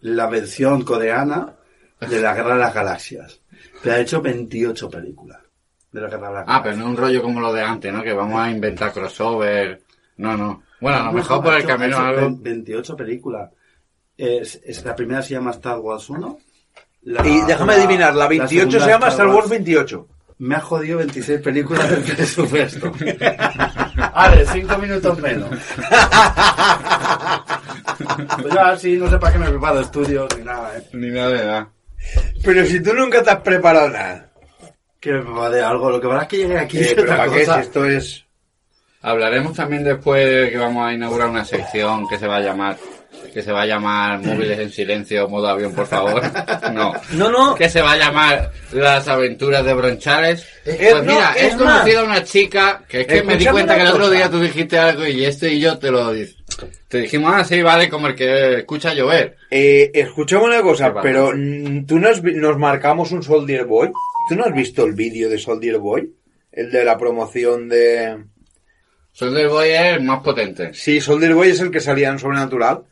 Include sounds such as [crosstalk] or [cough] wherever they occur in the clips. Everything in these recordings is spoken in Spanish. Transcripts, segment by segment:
la versión coreana de la Guerra de las Galaxias. Pero ha hecho 28 películas de la Guerra de las Ah, Galaxias. pero no un rollo como lo de antes, ¿no? Que vamos a inventar crossover. No, no. Bueno, a lo No, mejor no, por ha el hecho- ha camino hecho algo. 28 películas. Es, es- la primera se llama Star Wars 1. La- Y déjame adivinar, la 28 segunda se llama Star Wars Wars. 28. Me ha jodido 26 películas del [laughs] presupuesto. A ver, cinco minutos menos. Pues yo así no sé para qué me preparo estudios ni nada, ¿eh? Ni nada de edad. Pero si tú nunca te has preparado nada. Que me preparé algo. Lo que pasa es que llegué aquí. Eh, es pero otra ¿para qué? Si cosa. esto es... Hablaremos también después de que vamos a inaugurar una sección que se va a llamar que se va a llamar móviles en silencio modo avión por [laughs] favor no No, no. que se va a llamar las aventuras de Bronchales pues Eh, no, mira es he conocido a una chica que es que me di Escuchadme cuenta una que el otro cosa. día tú dijiste algo y este y yo te lo di- te dijimos ah sí vale como el que escucha llover Eh, escuchame una ¿Qué cosa, pasa? pero mm, tú nos, vi- nos marcamos un Soldier Boy. ¿Tú no has visto el vídeo de Soldier Boy? El de la promoción de... Soldier Boy es el más potente Sí, Soldier Boy es el que salía en Sobrenatural.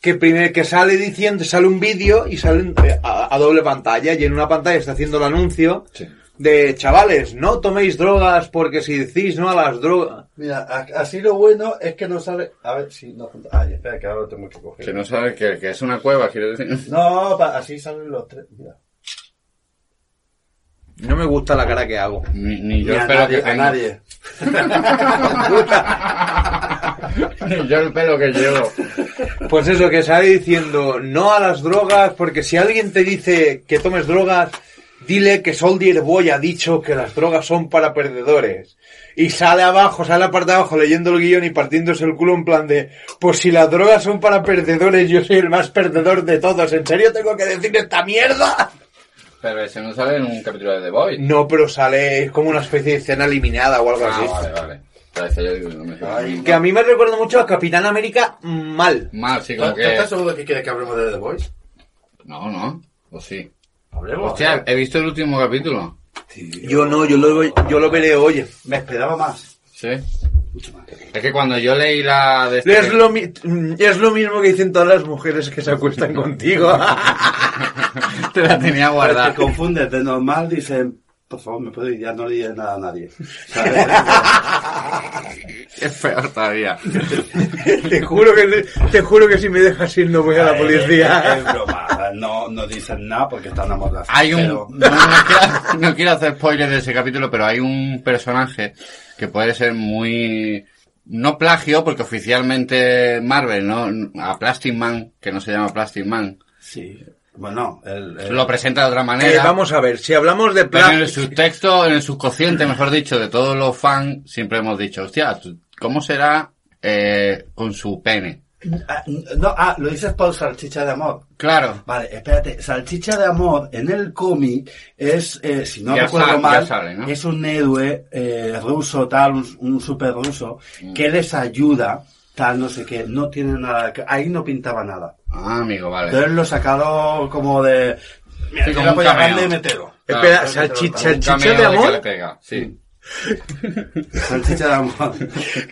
Que primero que sale diciendo, sale un vídeo y sale un- eh, a, a doble pantalla y en una pantalla está haciendo el anuncio Sí. de chavales, no toméis drogas porque si decís no a las drogas... Mira, a- así lo bueno es que no sale. A ver si no. Ay, espera, que ahora lo tengo que que coger. no sabe que, que es una cueva quiero [laughs] decir No, pa- así salen los tres. Mira. No me gusta la cara que hago. ni, ni yo Ni a espero nadie, que a tenga. nadie. [laughs] Ni yo el pelo que llevo Pues eso, que sale diciendo no a las drogas, porque si alguien te dice que tomes drogas, dile que Soldier Boy ha dicho que las drogas son para perdedores. Y sale abajo, sale aparte abajo leyendo el guión y partiéndose el culo en plan de, pues si las drogas son para perdedores, yo soy el más perdedor de todos. ¿En serio tengo que decir esta mierda? Pero ese no sale en un capítulo de The Boy. No, pero sale es como una especie de escena eliminada o algo Ah, así. vale, vale. Parece yo digo, no me suena. Ay, Que a mí me recuerda mucho a Capitán América mal. Mal, sí, ¿Tú como tú que. Ah, estás seguro que quieres que hablemos de The Voice? No, no. O sí. Hablemos. ¿eh? Hostia, eh, he visto el último capítulo. Yo no, yo lo, yo lo veré hoy. Me esperaba más. Sí. Es que cuando yo leí la de este- Es lo, mi- mm, es lo mismo que dicen todas las mujeres que se acuestan [laughs] contigo. [laughs] te la tenía Te [laughs] guardada. confundes de normal, dicen, por favor, me puedo ir, ya no le diré nada a [laughs] nadie. ¿Sabes? Es peor todavía. [laughs] te, juro que, te juro que si me dejas ir no voy a la Es policía. broma, no, no dicen nada porque están amordazados. Hay un. pero- [laughs] No, no quiero, no quiero hacer spoilers de ese capítulo, pero hay un personaje que puede ser muy. No plagio, porque oficialmente Marvel, ¿no? A Plastic Man, que no se llama Plastic Man, Sí. Bueno, el, el- lo presenta de otra manera. [laughs] Eh, vamos a ver, si hablamos de Pero en el plástico... subtexto, en el subconsciente, mejor dicho, de todos los fans, siempre hemos dicho, hostia, tú- ¿cómo será eh, con su pene? Ah, no, ah, lo dices por salchicha de amor. Claro. Vale, espérate. Salchicha de amor en el cómic es, eh, si no Ya recuerdo sale, ya mal, sale, ¿no? es un héroe eh, ruso tal, un, un super ruso, Mm. que les ayuda, tal, no sé qué, no tiene nada, que- ahí no pintaba nada. Ah, amigo, vale. Entonces lo sacaron como de... Mira, Sí, tiene como una un polla cameo. grande, mételo. Espera, Claro, salchi- un salchicha cameo de que le amor. pega, sí. Salchicha de [laughs] amor.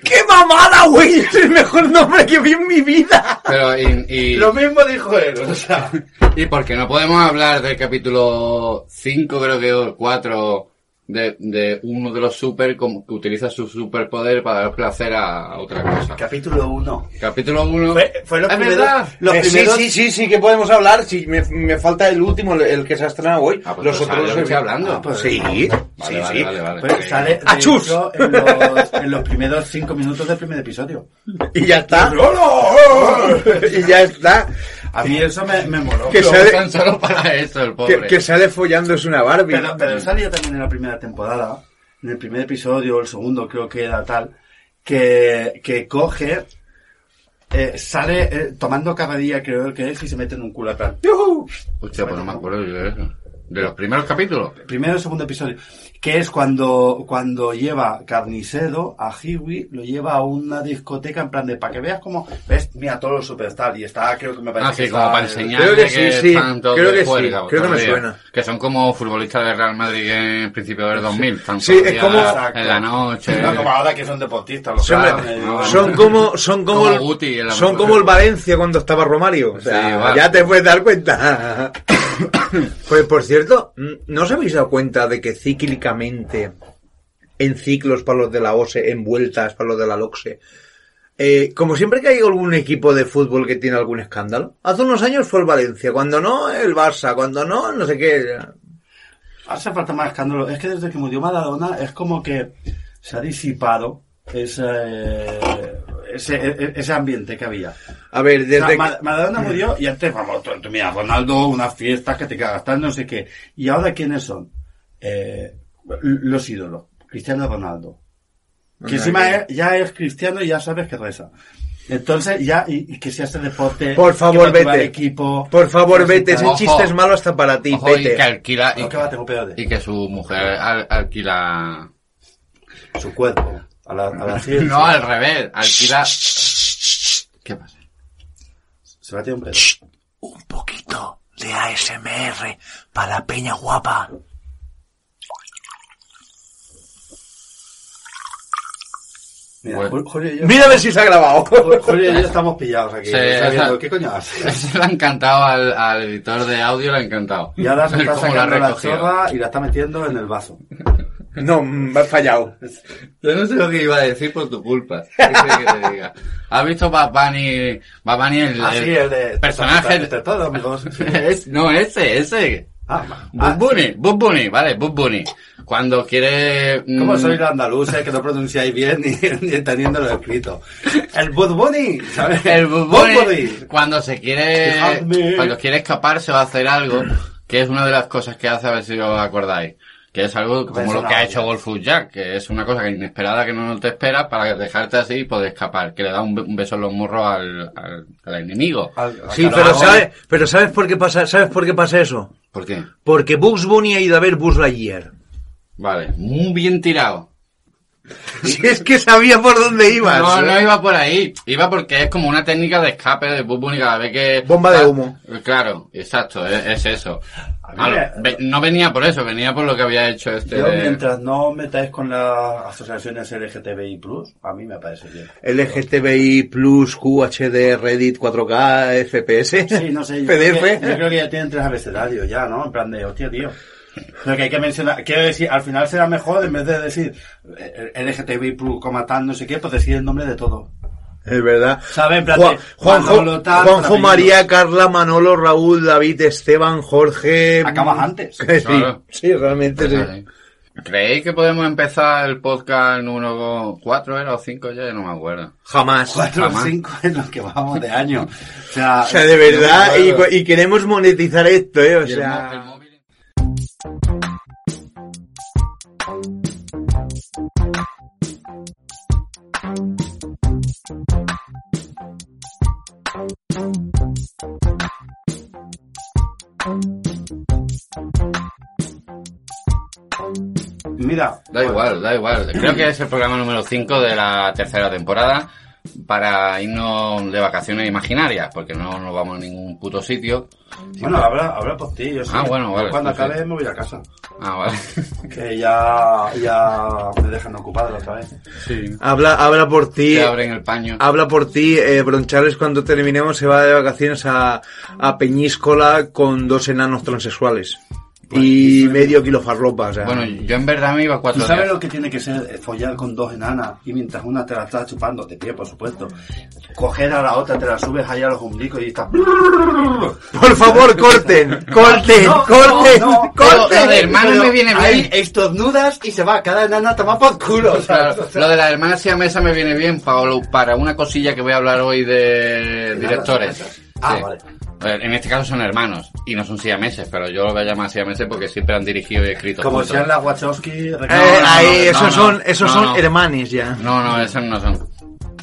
¡Qué mamada, güey! [laughs] Es el mejor nombre que vi en mi vida. Pero, y, y, lo mismo dijo él, o sea... y porque no podemos hablar del capítulo 5, creo que, o 4, de, de uno de los super, como, que utiliza su superpoder para dar placer a otra cosa. Capítulo 1. Capítulo 1. Fue- fue lo ¡Es primero- verdad! Los Eh, sí, primeros- sí, sí, sí, que podemos hablar. Sí, me, me falta el último, el, el que se ha estrenado hoy. Ah, pues Los tú sabes otros lo que no sé. estoy hablando. Ah, pues sí, sí, Vale, sí. vale, vale, ¡Ah, vale. Pues sale de ¡Achus! hecho, en, los, en los primeros cinco minutos del primer episodio. Y ya ¡Ah! [laughs] está. y ya está. A mí eso me, me moló. Que Lo sale- usan solo para eso, el pobre. Que, que sale follando es una Barbie. Pero, pero salía también en la primera temporada, en el primer episodio, el segundo creo que era tal, que, que coge, eh, sale eh, tomando cada día creo que es y se mete en un culo atrás. ¡Yujú! Hostia, pues no me acuerdo yo de eso. De los primeros capítulos. Primero o segundo episodio. Que es cuando, cuando lleva Carnicedo a Hiwi, lo lleva a una discoteca en plan de para que veas cómo. ¿Ves? Mira todos los superstars y está, creo que me parece. Ah, sí, que como está para el- enseñar Creo que sí, sí, creo que sí, creo que me suena. pues Que son como futbolistas de Real Madrid en principio del 2000. Tanto Sí, es día como- En la noche. No como ahora que son deportistas, los Sí, hombre, caras, no, eh, son como son como, Como el- Guti en la son mejor. como el Valencia cuando estaba Romario O sea, Sí, va. ya te puedes [coughs] dar cuenta pues por cierto mm, no os habéis dado cuenta de que cíclicamente en ciclos para los de la OSE en vueltas para los de la LOXE eh, como siempre que hay algún equipo de fútbol que tiene algún escándalo hace unos años fue el Valencia cuando no el Barça cuando no no sé qué Hace falta más escándalo. Es que desde que murió Maradona es como que se ha disipado ese, ese, ese ambiente que había. a ver O sea, desde Ma- que- Maradona murió y antes, vamos, tú, tú, mira, Ronaldo, unas fiestas que te cagas, tal, no sé qué. ¿Y ahora quiénes son? Eh, los ídolos. Cristiano Ronaldo. Que encima es- ya es cristiano y ya sabes que reza. Entonces, ya, y, y que se hace deporte. Por favor, que motiva al vete. Equipo, por favor vete ese Ojo. chiste es malo hasta para ti Ojo, y vete que alquila No, y, que va, tengo peores. y que su mujer al- alquila Su cuerpo. A la, a [laughs] la ciencia. no al revés alquila qué pasa [laughs] Se va a tirar un pedo. un poquito de ASMR para la peña guapa. Mira, Bueno. Julio y yo. Mira a ver si se ha grabado. [laughs] Julio y yo estamos pillados aquí. Sí, sabiendo, esa- ¿Qué coño haces? Eso le ha encantado al, al editor de audio, le ha encantado. Y [laughs] ahora se está Cómo lo ha sacando la recogido. chorra y la está metiendo en el vaso. No, mm, me has fallado. Yo no sé lo que iba a decir por tu culpa. ¿Qué quieres que te diga? [laughs] ¿Has visto Bad Bunny, Bad Bunny el, Así el- Ah, el de... personaje- Entre todos, amigos. [laughs] es- no, ese, ese. Ah, Bad ah, Bunny, Bad Bunny, vale, Bad Bunny. Cuando quiere... mm, ¿Cómo sois los andaluces que no pronunciáis bien ni, [laughs] ni entendiéndolo escrito? El Bud Bunny, ¿sabes? [laughs] El Bud Bad Bunny, Bunny. cuando se quiere... Dejadme. Cuando quiere escaparse o hacer algo, que es una de las cosas que hace, a ver si os acordáis. Que es algo como Parece lo una que ha olla. hecho Wolfus Jack, que es una cosa que inesperada que no te espera para dejarte así y poder escapar. Que le da un, be- un beso en los morros al, al, al enemigo. Al- al Sí, pero carajo. ¿eh? ¿sabes, pero ¿sabes por qué pasa, sabes por qué pasa eso? ¿Por qué? [laughs] Porque Bugs Bunny ha ido a ver Buzz Lightyear. Vale, muy bien tirado. Si es que sabía por dónde ibas. No, no ¿eh? iba por ahí. Iba porque es como una técnica de escape de Bad Bunny cada vez que... Bomba de humo. Ah, Claro, exacto, es, es eso. A mí Claro, me- ve- no venía por eso, venía por lo que había hecho este... Yo, de- mientras no os metáis con las asociaciones LGTBI+, a mí me parece bien. LGTBI Plus, QHD, Reddit, 4K, FPS, Sí, no sé. Yo PDF. Creo que, yo creo que ya tienen tres abecedarios ya, ¿no? En plan de, hostia, tío. Lo que hay que mencionar, quiero decir, al final será mejor en vez de decir eh, LGTBI plus, coma tal, no sé qué, pues decir el nombre de todo. Es verdad. ¿Sabes? En plan Juan- de Juanjo, Manolo tal, Juanjo con María, Carla, Manolo, Raúl, David, Esteban, Jorge. Acabas antes. [laughs] Sí, Claro. sí, realmente sí. Vale. ¿Creéis que podemos empezar el podcast número 4 era o 5 ya? Ya no me acuerdo. Jamás. Cuatro o Jamás. cinco en los que vamos de año. O sea, O sea, de verdad, y, cu- y queremos monetizar esto, ¿eh? O Y el sea... mo- el móvil- Mira, pues, Da igual, da igual. Creo que es el programa número 5 de la tercera temporada para irnos de vacaciones imaginarias, porque no nos vamos a ningún puto sitio. Bueno, habla, habla por ti. Yo sí. Ah, bueno, vale, Cuando perfecto. acabe me voy a casa. Ah, vale. Que ya, ya me dejan ocupado otra vez. [laughs] Sí. Habla, habla por ti. Te abren el paño. Habla por ti, eh, Bronchales cuando terminemos se va de vacaciones a, a Peñíscola con dos enanos transexuales. y medio kilo farlopa, o sea. Bueno, yo en verdad me iba ¿Tú cuatro sabes días. lo que tiene que ser eh, follar con dos enanas y mientras una te la está chupando, de pie, por supuesto, coger a la otra, te la subes allá a los ombligos y estás... Por favor, [laughs] corten, corten, No, corten, no, no, pero- corten. pero- hermano me viene bien. estornudas y se va cada enana toma por culo. Claro, ¿sabes? lo de la hermana siamesa me viene bien, Paolo, para una cosilla que voy a hablar hoy de directores. Ah, Sí. vale. Eh, En este caso son hermanos y no son siameses, pero yo lo voy a llamar siameses porque siempre han dirigido y escrito. Como juntos. sean las Wachowski... Eh, reclamo- no, no, ahí, no, esos no, son, esos no, son no. hermanes ya. No, no, esos no son.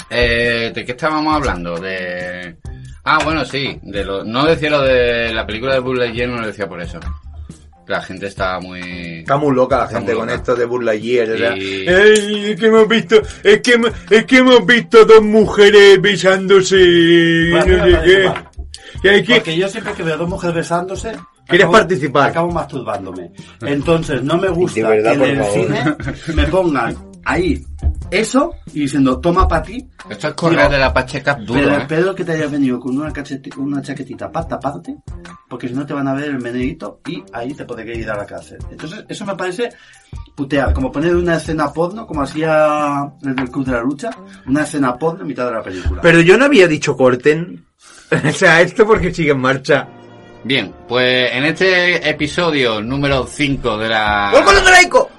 Eh, ¿De qué estábamos hablando? De... Ah, bueno, sí. De lo... No decía lo de la película de Bull Lightyear, no lo decía por eso. La gente está muy... Está muy loca la Está gente muy con loca. esto de Burla Year. ¿verdad? Y- Ey, Eh, es que hemos visto, es que, hemos- es que hemos visto dos mujeres besándose. y Bueno, no me sé parece qué. mal. Y hay que- Porque yo siempre que veo a dos mujeres besándose... ¿Quieres acabo- participar? Acabo masturbándome. Entonces, no me gusta De verdad, que por en el favor. cine me pongan ahí eso y diciendo, toma para ti, Esto es correr Digo, de la pacheca pero duro, ¿eh? espero que te hayas venido con una, cachete- con una chaquetita para taparte, porque si no te van a ver el meneíto y ahí te podría ir a la cárcel. Entonces, eso me parece putear, como poner una escena porno, como hacía el del Club de la Lucha, una escena porno en mitad de la película. Pero yo no había dicho corten. [laughs] O sea, esto porque sigue en marcha. Bien, pues en este episodio número 5 de ¡Gol con la... Draico!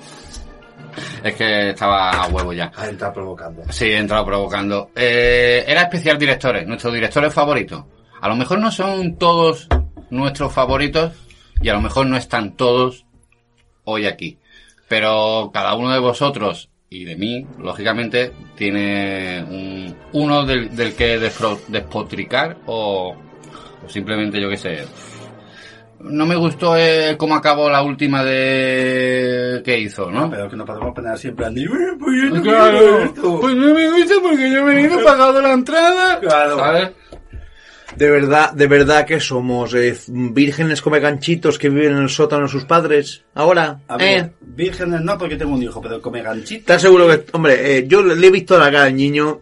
Es que estaba a huevo ya. Ah, está provocando. Sí, he entrado provocando. Eh, era especial directores, nuestros directores favoritos. A lo mejor no son todos nuestros favoritos y a lo mejor no están todos hoy aquí. Pero cada uno de vosotros y de mí, lógicamente, tiene un, uno del, del que despro- despotricar o, o simplemente, yo qué sé. No me gustó eh, cómo acabó la última de que hizo, ¿no? Pero que no podemos poner siempre Andy. "Eh, Pues yo no quiero Claro, esto". pues no me gusta porque yo he venido pagado la entrada. Claro. ¿Sabes? De verdad, de verdad que somos eh, vírgenes come ganchitos que viven en el sótano de sus padres. Ahora. A ver, Eh. vírgenes no, porque tengo un hijo, pero come ganchito. ¿Estás seguro que.? Hombre, eh, yo le he visto la cara al niño.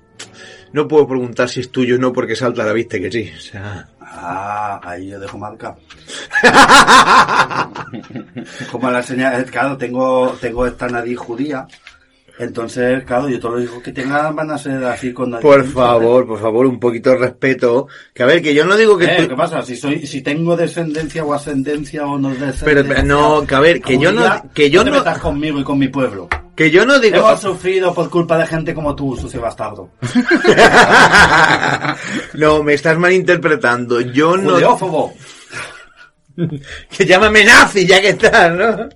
No puedo preguntar si es tuyo o no porque salta a la vista que sí. O sea. Ah, ahí yo dejo marca. [laughs] Como la señal, eh, claro, tengo, tengo esta nariz judía. Entonces, claro, yo todos los hijos que tenga van a ser así con nariz. Por favor, por favor, un poquito de respeto. Que a ver, que yo no digo que. Eh, tú- ¿Qué pasa? Si soy, si tengo descendencia o ascendencia o no Pero, descendencia. pero, no, que a ver, que yo judía, no- que yo te no- metas conmigo y con mi pueblo. Que yo no digo. Hemos sufrido por culpa de gente como tú, sucio bastardo. no, me estás malinterpretando. Yo no. Judeófobo. Que llámame nazi ya que estás, ¿no?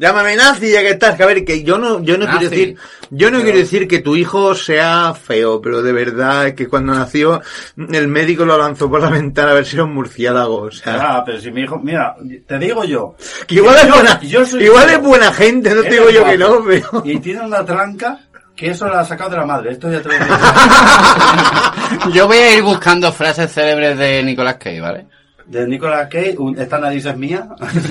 Llámame nazi ya que estás, que a ver, que yo no, yo no Nazi. quiero decir, yo no Pero- quiero decir que tu hijo sea feo, pero de verdad que cuando nació, el médico lo lanzó por la ventana a ver si era un murciélago, o sea. Ah, pero si mi hijo, mira, te digo yo, que igual es yo- buena, yo soy igual feo. es buena gente, no te Eres digo yo que guapo. no, pero. y tiene una tranca que eso la ha sacado de la madre. Esto ya te lo [laughs] digo. Yo voy a ir buscando frases célebres de Nicolas Cage, ¿vale? De Nicolas Cage, un- esta nariz es mía. [laughs]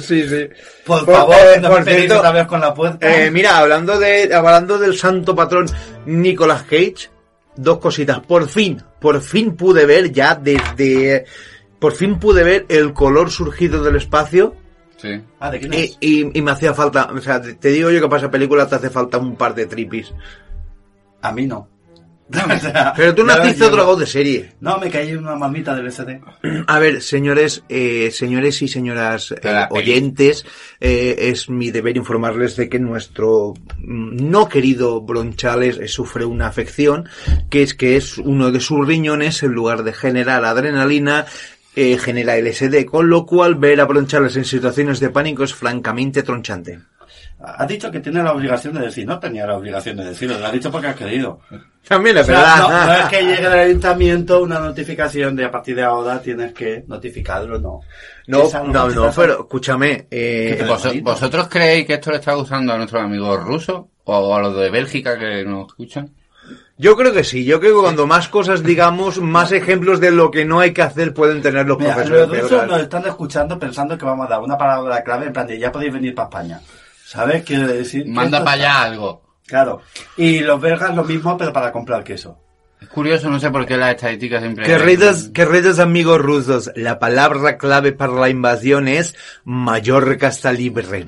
Sí, sí. por Por- favor, eh, no por me peguéis cierto, otra vez con la puerta. Eh, mira, hablando de hablando del santo patrón Nicolas Cage, dos cositas. Por fin, por fin pude ver ya desde por fin pude ver el color surgido del espacio Sí. ah, ¿de quién y, es? y- y me hacía falta, o sea, te, te digo yo que para esa película te hace falta un par de tripis. A mí no. [laughs] O sea, Pero tú ya naciste ves, yo otro no. voz de serie. No, me caí en una mamita del SD. A ver, señores, eh, señores y señoras eh, Pero la peli- oyentes, eh, es mi deber informarles de que nuestro mm, no querido Bronchales eh, sufre una afección, que es que es uno de sus riñones, en lugar de generar adrenalina, eh, genera LSD, con lo cual ver a Bronchales en situaciones de pánico es francamente tronchante. Has dicho que tiene la obligación de decir, no tenía la obligación de decirlo, lo has dicho porque has querido. También es O sea, verdad. no, no es que llegue del ayuntamiento una notificación de a partir de ahora tienes que notificarlo, no. no, Esa no, no, notificación- pero escúchame, eh, ¿Qué te ¿Vos- Marino. ¿Vosotros creéis que esto le está gustando a nuestros amigos rusos o a los de Bélgica que nos escuchan? Yo creo que sí, yo creo que cuando más cosas digamos, más ejemplos de lo que no hay que hacer pueden tener los Mira, profesores. los de rusos verdad. nos están escuchando pensando que vamos a dar una palabra clave en plan de ya podéis venir para España. ¿Sabes? Quiero decir. que Manda esto para está- allá algo. Claro. Y los belgas lo mismo, pero para comprar queso. Es curioso, no sé por qué las estadísticas siempre... Queridos, queridos amigos rusos, la palabra clave para la invasión es Mallorca está libre.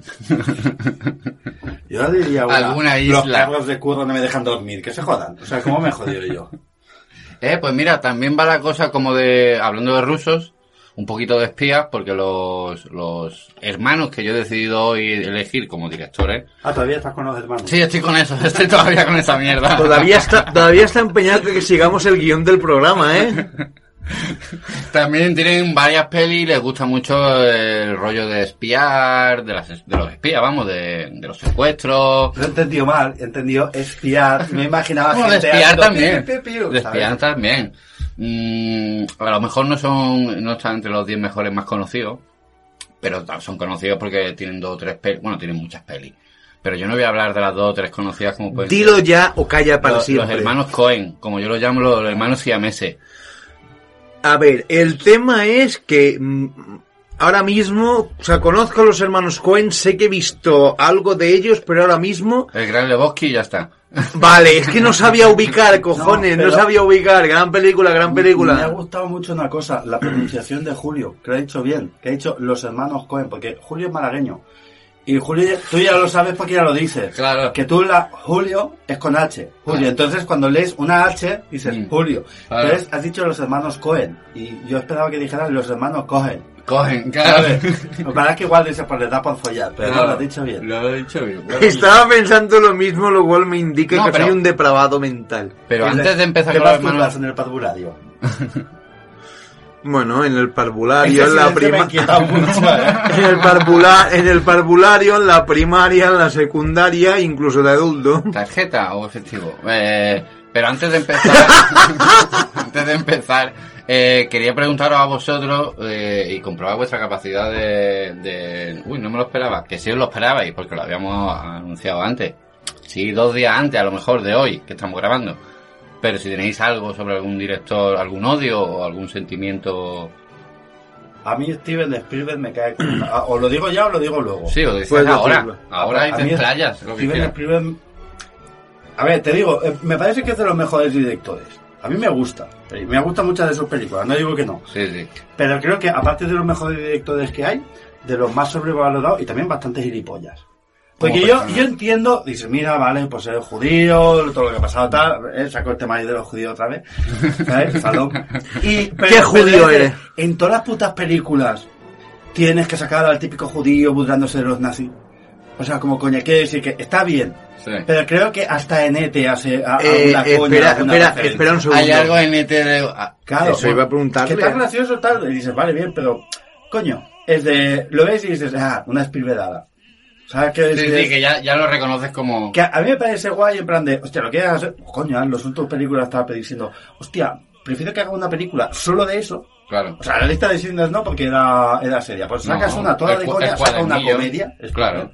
Yo diría una, Alguna Los isla. cargos de curro no me dejan dormir, que se jodan. O sea, ¿cómo me he jodido yo? Eh, pues mira, también va la cosa como de, hablando de rusos, un poquito de espías, porque los, los hermanos que yo he decidido hoy elegir como directores, [laughs] Ah, todavía estás con los hermanos. Sí, estoy con eso, [laughs] estoy todavía con esa mierda. Todavía está, todavía está empeñado que sigamos el guión del programa, ¿eh? También tienen varias pelis, les gusta mucho el rollo de espiar, de, las, de los espías, vamos, de, de los secuestros. Lo he entendido mal, he entendido espiar. Me imaginaba Bueno, de Ah, gente espiar haciendo también. piu, piu, piu, De ¿sabes? espiar también. Mm, a lo mejor no son, no están entre los 10 mejores más conocidos, pero ta- son conocidos porque tienen dos o tres pelis, bueno, tienen muchas pelis. Pero yo no voy a hablar de las dos o tres conocidas como pueden Dilo ser ya o calla para los, los siempre. hermanos Cohen, como yo los llamo los, los hermanos siameses. A ver, el tema es que mm, ahora mismo, o sea, conozco a los hermanos Cohen, sé que he visto algo de ellos, pero ahora mismo, El gran Lebowski y ya está. vale, es que no sabía ubicar, cojones, no, pero- sabía ubicar. Gran película, gran Me ha película. gustado mucho una cosa, [clears throat] la pronunciación de Julio, que lo ha dicho bien, que ha dicho los hermanos Cohen, porque Julio es malagueño. Y Julio, tú ya lo sabes porque ya lo dices. Claro. Que tú la, Julio es con H. Julio. Claro. Entonces cuando lees una H, dices Mm. Julio. Claro. Entonces has dicho los hermanos Cohen. Y yo esperaba que dijeras los hermanos Cohen. [laughs] Cohen, [laughs] claro. ¿Sabes? Me parece que igual dices, pues le da por follar, pero no lo has dicho bien. Lo he [laughs] dicho bien. claro. Estaba pensando lo mismo, lo cual me indica No, que soy pero- un depravado mental. Pero Que le- antes de empezar te con los masturbas hermanos... en el parvulario. Bueno, en el Ese parvulario, en la silencio me ha prima... inquietado mucho, ¿eh? [laughs] En el, parvula- en el parvulario, en la primaria, en la secundaria, incluso de adulto. ¿Tarjeta o efectivo? Eh, pero antes [laughs] de empezar, antes de empezar, eh, quería preguntaros a vosotros eh, y comprobar vuestra capacidad de, de- Uy, no me lo esperaba. Que sí os lo esperabais, porque lo habíamos anunciado antes. Sí, dos días antes, a lo mejor, de hoy, que estamos grabando. Pero si tenéis algo sobre algún director, algún odio o algún sentimiento... A mí Steven Spielberg me cae... como- ah, O lo digo ya o lo digo luego. Sí, o dices Puedes ahora. decirlo. Ahora A mí dices es- playas, lo que Steven quieras. Spielberg- A ver, te digo, eh, me parece que es de los mejores directores. A mí me gusta. eh, Me gusta muchas de sus películas, no digo que no. Sí, sí. Pero creo que, aparte de los mejores directores que hay, de los más sobrevalorados y también bastante gilipollas. Porque Como yo, persona. yo entiendo, dice, mira, vale, pues eres judío, todo lo que ha pasado tal, eh, sacó el tema ahí de los judíos otra vez, [laughs] ¿sabes? Salón. Y, pero- pero judío es que eres? En todas las putas películas tienes que sacar al típico judío burlándose de los nazis. O sea, como coña, quiere decir que está bien, sí. pero creo que hasta en ETE hace a, a Eh, una coña, espera, alguna espera, referencia. espera un segundo. Hay algo en ET de- ah, Claro, Eso iba a preguntarle. Que está gracioso tal, y dices, vale, bien, pero, coño, es de, lo ves y dices, ah, una espilverada. ¿Sabes qué Sí, decir? sí, que ya, ya lo reconoces como... Que a a mí me parece guay, en plan de, hostia, lo que hagas, coño, en las últimas películas estaba diciendo, hostia, prefiero que haga una película solo de eso. Claro. O sea, la lista de Sinders no, porque era, era seria. Pues sacas No, una toda el de cu- coña, el sacas una cuadernillo. comedia. es Claro.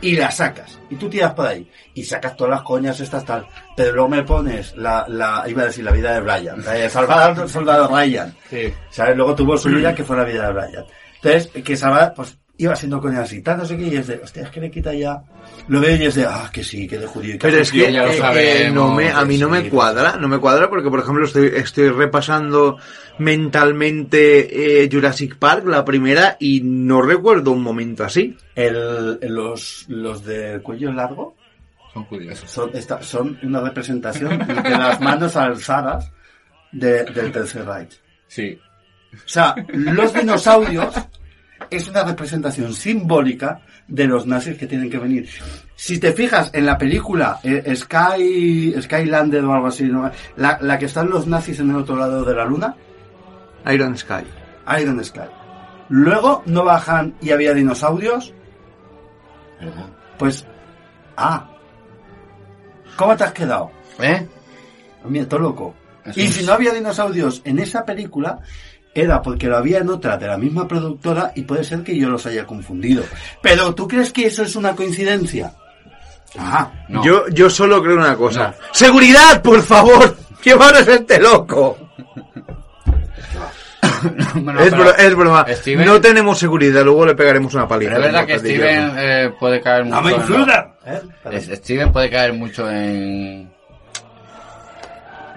Y la sacas. Y tú tiras por ahí. Y sacas todas las coñas estas tal. Pero luego me pones la, la, iba a decir, la vida de Brian. La de salvar al soldado Ryan. Sí. ¿sabes? Luego tuvo su Mm. vida que fue la vida de Brian. Entonces, que Saba, pues, iba siendo coña así, tal, no sé qué, y es de, hostia, es que le quita ya. Lo veo y es de, ah, que sí, que de judío. y que Pero es que Sí, ya lo eh, eh, sabemos, no me, a mí no me sí. cuadra, no me cuadra porque, por ejemplo, estoy, estoy repasando mentalmente eh, Jurassic Park, la primera, y no recuerdo un momento así. El, los, los de cuello largo Son judíos. son, esta- son una representación de las manos alzadas de- del Tercer Reich. Sí. O sea, los dinosaurios es una representación simbólica de los nazis que tienen que venir. Si te fijas en la película eh, Sky Skylander o algo así, ¿no? la, la que están los nazis en el otro lado de la luna, Iron Sky. Iron Sky. Luego no bajan y había dinosaurios, pues ah. ¿Cómo te has quedado? ¿Eh? Mira, todo loco. Y si no había dinosaurios en esa película, era porque lo había en otra de la misma productora y puede ser que yo los haya confundido. Pero ¿tú crees que eso es una coincidencia? Ah, No. [laughs] Yo, yo solo creo una cosa. ¡Seguridad, por favor! [laughs] ¡Llevaros a este loco! Bueno, es, pero bro- es broma. Steven- No tenemos seguridad, luego le pegaremos una pero paliza. es verdad con que botas de hierro. Steven eh, puede caer mucho. no me en lo- influya. ¿Eh? es- Steven puede caer mucho en.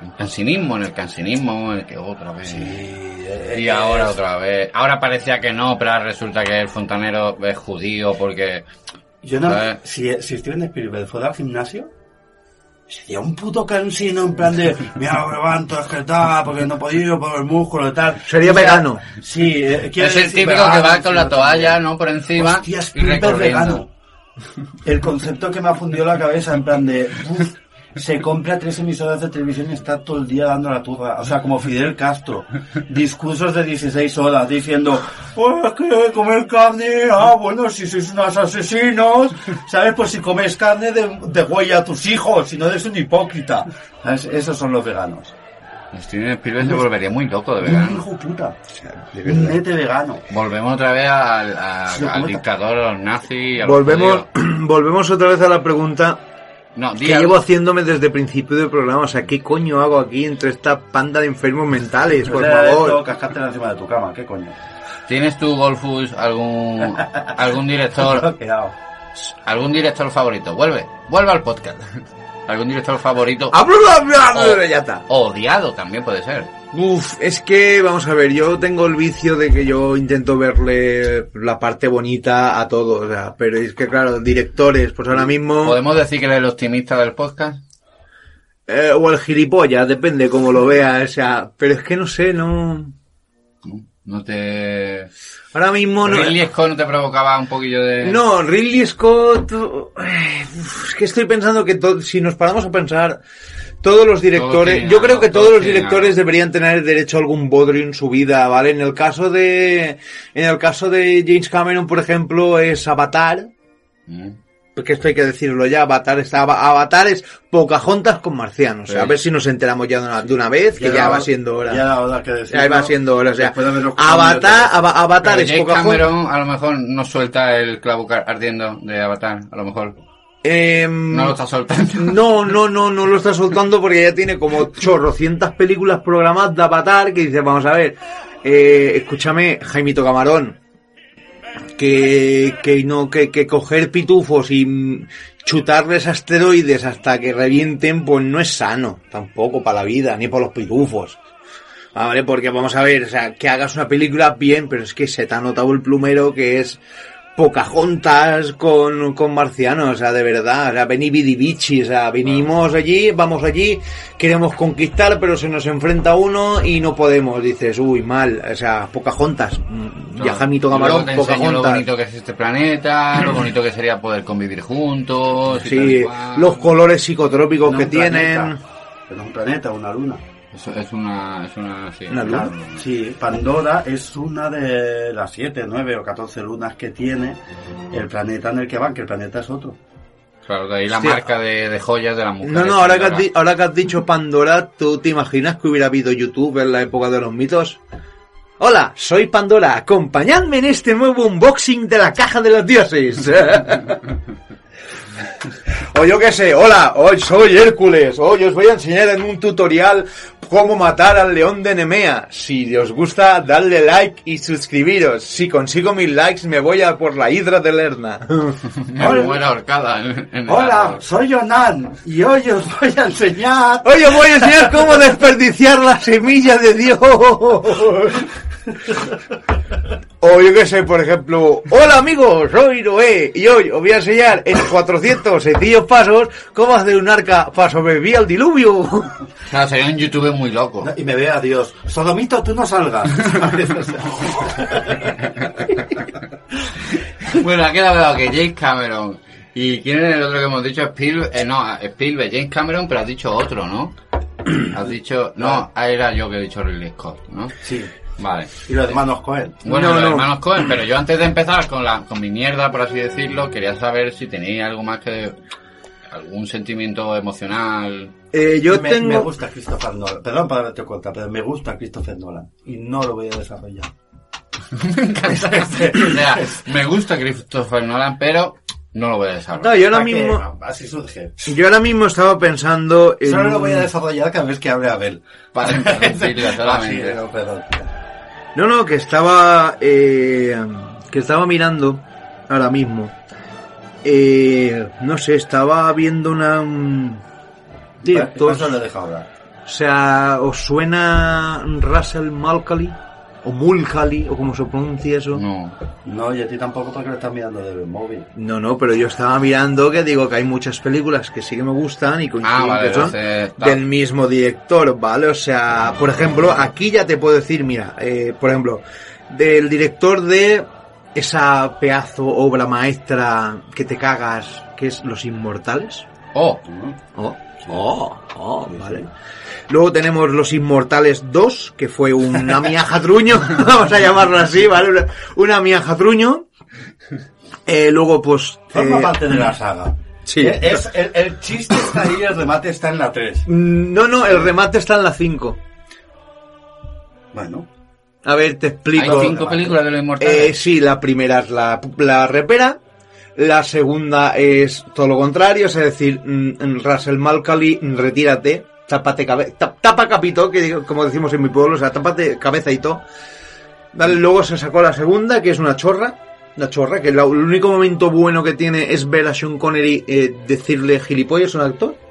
En cansinismo, en el cansinismo, en el que otra vez. eh, Y ahora otra vez. Ahora parecía que no, pero ahora resulta que el fontanero es judío porque. Yo no, A ver. si, si Steven Spielberg fuera al gimnasio, sería un puto cansino en plan de, mira, me levanto, es que tal, porque no he podido por el músculo y tal. Sería O sea, vegano. Sí, eh, quiere Es el decir típico que vegano, va con sino la también- toalla, ¿no? Por encima. Hostia, y Spielberg vegano. recorriendo. El concepto que me ha fundido la cabeza, en plan de. "Uf, se compra tres emisoras de televisión y está todo el día dando la turra. O sea, como Fidel Castro. Discursos de 16 horas diciendo: Pues que comer carne, ah, bueno, si sois unos asesinos, ¿sabes? Pues si comes carne, de, de huella a tus hijos, si no eres un hipócrita. ¿Sabes? Esos son los veganos. Steven Spielberg se volvería muy loco de Un [laughs] vegano. hijo puta. De Un verdad. nete vegano. Volvemos otra vez al, a- Sí, al ¿cómo está? dictador, a los nazis. a los Volvemos, judíos. [clears throat] volvemos otra vez a la pregunta No, di que algo. llevo haciéndome desde el principio del programa. O sea, ¿qué coño hago aquí entre esta panda de enfermos mentales? Por Pues Era esto, favor. cascártela encima de tu cama, qué coño. ¿Tienes tú, Golfus, [laughs] algún, algún Lo [laughs] director, he quedado. algún director favorito? Vuelve, vuelve al podcast. [laughs] ¿Algún director favorito? ¡Hablo, hablo, hablo! Ya está. O odiado también puede ser. Uf, es que, vamos a ver, yo tengo el vicio de que yo intento verle la parte bonita a todo, o sea, pero es que claro, directores, pues ahora mismo, ¿Podemos decir que eres el optimista del podcast? eh, o el gilipollas, depende como lo veas, o sea, pero es que no sé, no... No, no te... Ahora mismo no... eh. Ridley Scott no te provocaba un poquillo de... No, Ridley Scott... [sighs] eh, uf, Es que estoy pensando que to- si nos paramos a pensar, todos los directores... tienen yo creo algo, que todos, todos los tienen directores algo. deberían tener derecho a algún bodrio en su vida, ¿vale? En el caso de... En el caso de James Cameron, por ejemplo, es Avatar. Mm. Porque esto hay que decirlo ya, Avatar es, Ava- Avatar es Pocahontas con marcianos. o sea, Sí. A ver si nos enteramos ya de una, de una vez, que ya era- va siendo hora. Ya Ya, era hora que decirlo. va siendo hora. O sea, Después de haberlo jugado Avatar, mil Ava- Avatar Pero es Jake Pocahontas. Cameron a lo mejor no suelta el clavo car- ardiendo de Avatar, a lo mejor. Em, No lo está [laughs] soltando. No, no, no, no lo está soltando porque ya tiene como chorrocientas películas programadas de Avatar que dice, vamos a ver, eh, escúchame, Jaimito Camarón, que, que no, que, que coger pitufos y mm, chutarles asteroides hasta que revienten, pues no es sano, tampoco para la vida, ni para los pitufos. Ah, Vale, porque vamos a ver, o sea, que hagas una película bien, pero es que se te ha notado el plumero que es Pocahontas con, con marcianos, o sea, de verdad, o sea, vení bidibichi, o sea, venimos allí, vamos allí, queremos conquistar, pero se nos enfrenta uno y no podemos, dices, uy, mal, o sea, Pocahontas, mm, ya Jamito Camarón, Luego te enseño lo Pocahontas. bonito que es este planeta, lo bonito que sería poder convivir juntos. y tal y Sí, cual. los colores psicotrópicos No, que un tienen. planeta. Pero un planeta, una luna. Eso es una, es una, sí. Una luna. Sí, Pandora es una de las siete, nueve o 14 lunas que tiene el planeta en el que van, que el planeta es otro. Claro, de ahí la Hostia. marca de, de joyas de la mujer. No, no, ahora que, [laughs] has di- ahora que has dicho Pandora, ¿tú te imaginas que hubiera habido YouTube en la época de los mitos? Hola, soy Pandora, acompañadme en este nuevo unboxing de la caja de los dioses. [laughs] o yo qué sé, hola, hoy soy Hércules, hoy os voy a enseñar en un tutorial cómo matar al león de Nemea. Si os gusta, dadle like y suscribiros. Si consigo mil likes, me voy a por la hidra de Lerna. Me muero ahorcada. en- en el Hola, árbol. soy Yonan y hoy os voy a enseñar Hoy os voy a enseñar cómo desperdiciar la semilla de Dios. O yo qué sé, por ejemplo, hola amigos, soy Noé y hoy os voy a enseñar en 400 sencillos pasos cómo hacer un arca para sobrevivir al diluvio. Claro, sería un youtuber muy loco. Oh. y me ve a Dios. Sodomito, tú no [laughs] salgas. [laughs] Bueno, ha quedado claro que James Cameron. ¿Y quién es el otro que hemos dicho? Spielberg. eh, no, Spielberg, James Cameron, pero has dicho otro, ¿no? [clears throat] Has dicho. No, ah, era yo que he dicho Ridley Scott, ¿no? sí, Vale. y los hermanos Cohen. Bueno, No, los no. hermanos Cohen, pero yo antes de empezar con la con mi mierda, por así decirlo, quería saber si tenéis algo más que. algún sentimiento emocional. [laughs] Eh, yo me, me gusta Christopher Nolan. Perdón para darte cuenta, pero me gusta Christopher Nolan y no lo voy a desarrollar. me encanta. o sea, me gusta Christopher Nolan, pero no lo voy a desarrollar. yo ahora Pa' que- mismo, Así surge. yo ahora mismo estaba pensando en... Solo lo voy a desarrollar cada vez que hable a ver. [laughs] Para interrumpirla Ah, solamente. perdón. No, no, que estaba. eh, que estaba mirando ahora mismo. Eh, no sé, estaba viendo una. mm, un director. Eso lo dejo ahora. O sea, ¿os suena Russell Mulcahy? O Mulcahy, o como se pronuncia eso. No. No, y a ti tampoco porque lo estás mirando desde el móvil. No, no, pero yo estaba mirando que digo que hay muchas películas que sí que me gustan y coinciden Ah, vale, que son entonces, tal. del mismo director, ¿vale? O sea, por ejemplo, aquí ya te puedo decir, mira, eh, por ejemplo, del director de esa pedazo obra maestra que te cagas, que es Los Inmortales. Oh, Oh, oh, oh, vale. Luego tenemos Los Inmortales 2, que fue una miajatruño, [laughs] vamos a llamarlo así, ¿vale? Una, una miajatruño. Eh, luego, pues... Forma eh, parte de la saga. sí. Ah, Eh, Es, el, el chiste está ahí, el remate está en la 3. Mm, No, no, el remate está en la 5. Bueno, A ver, te Hay explico. cinco películas de los inmortales. Eh, sí, la primera es la, la repera. La segunda es todo lo contrario, es decir, mm, Russell Malcali, mm, retírate, tápate cabe- ta- tapa capito, que digo- como decimos en mi pueblo, o sea, tápate cabeza y todo. Dale, luego se sacó la segunda, que es una chorra, una chorra, que la- el único momento bueno que tiene es ver a Sean Connery eh, decirle gilipollas a un actor.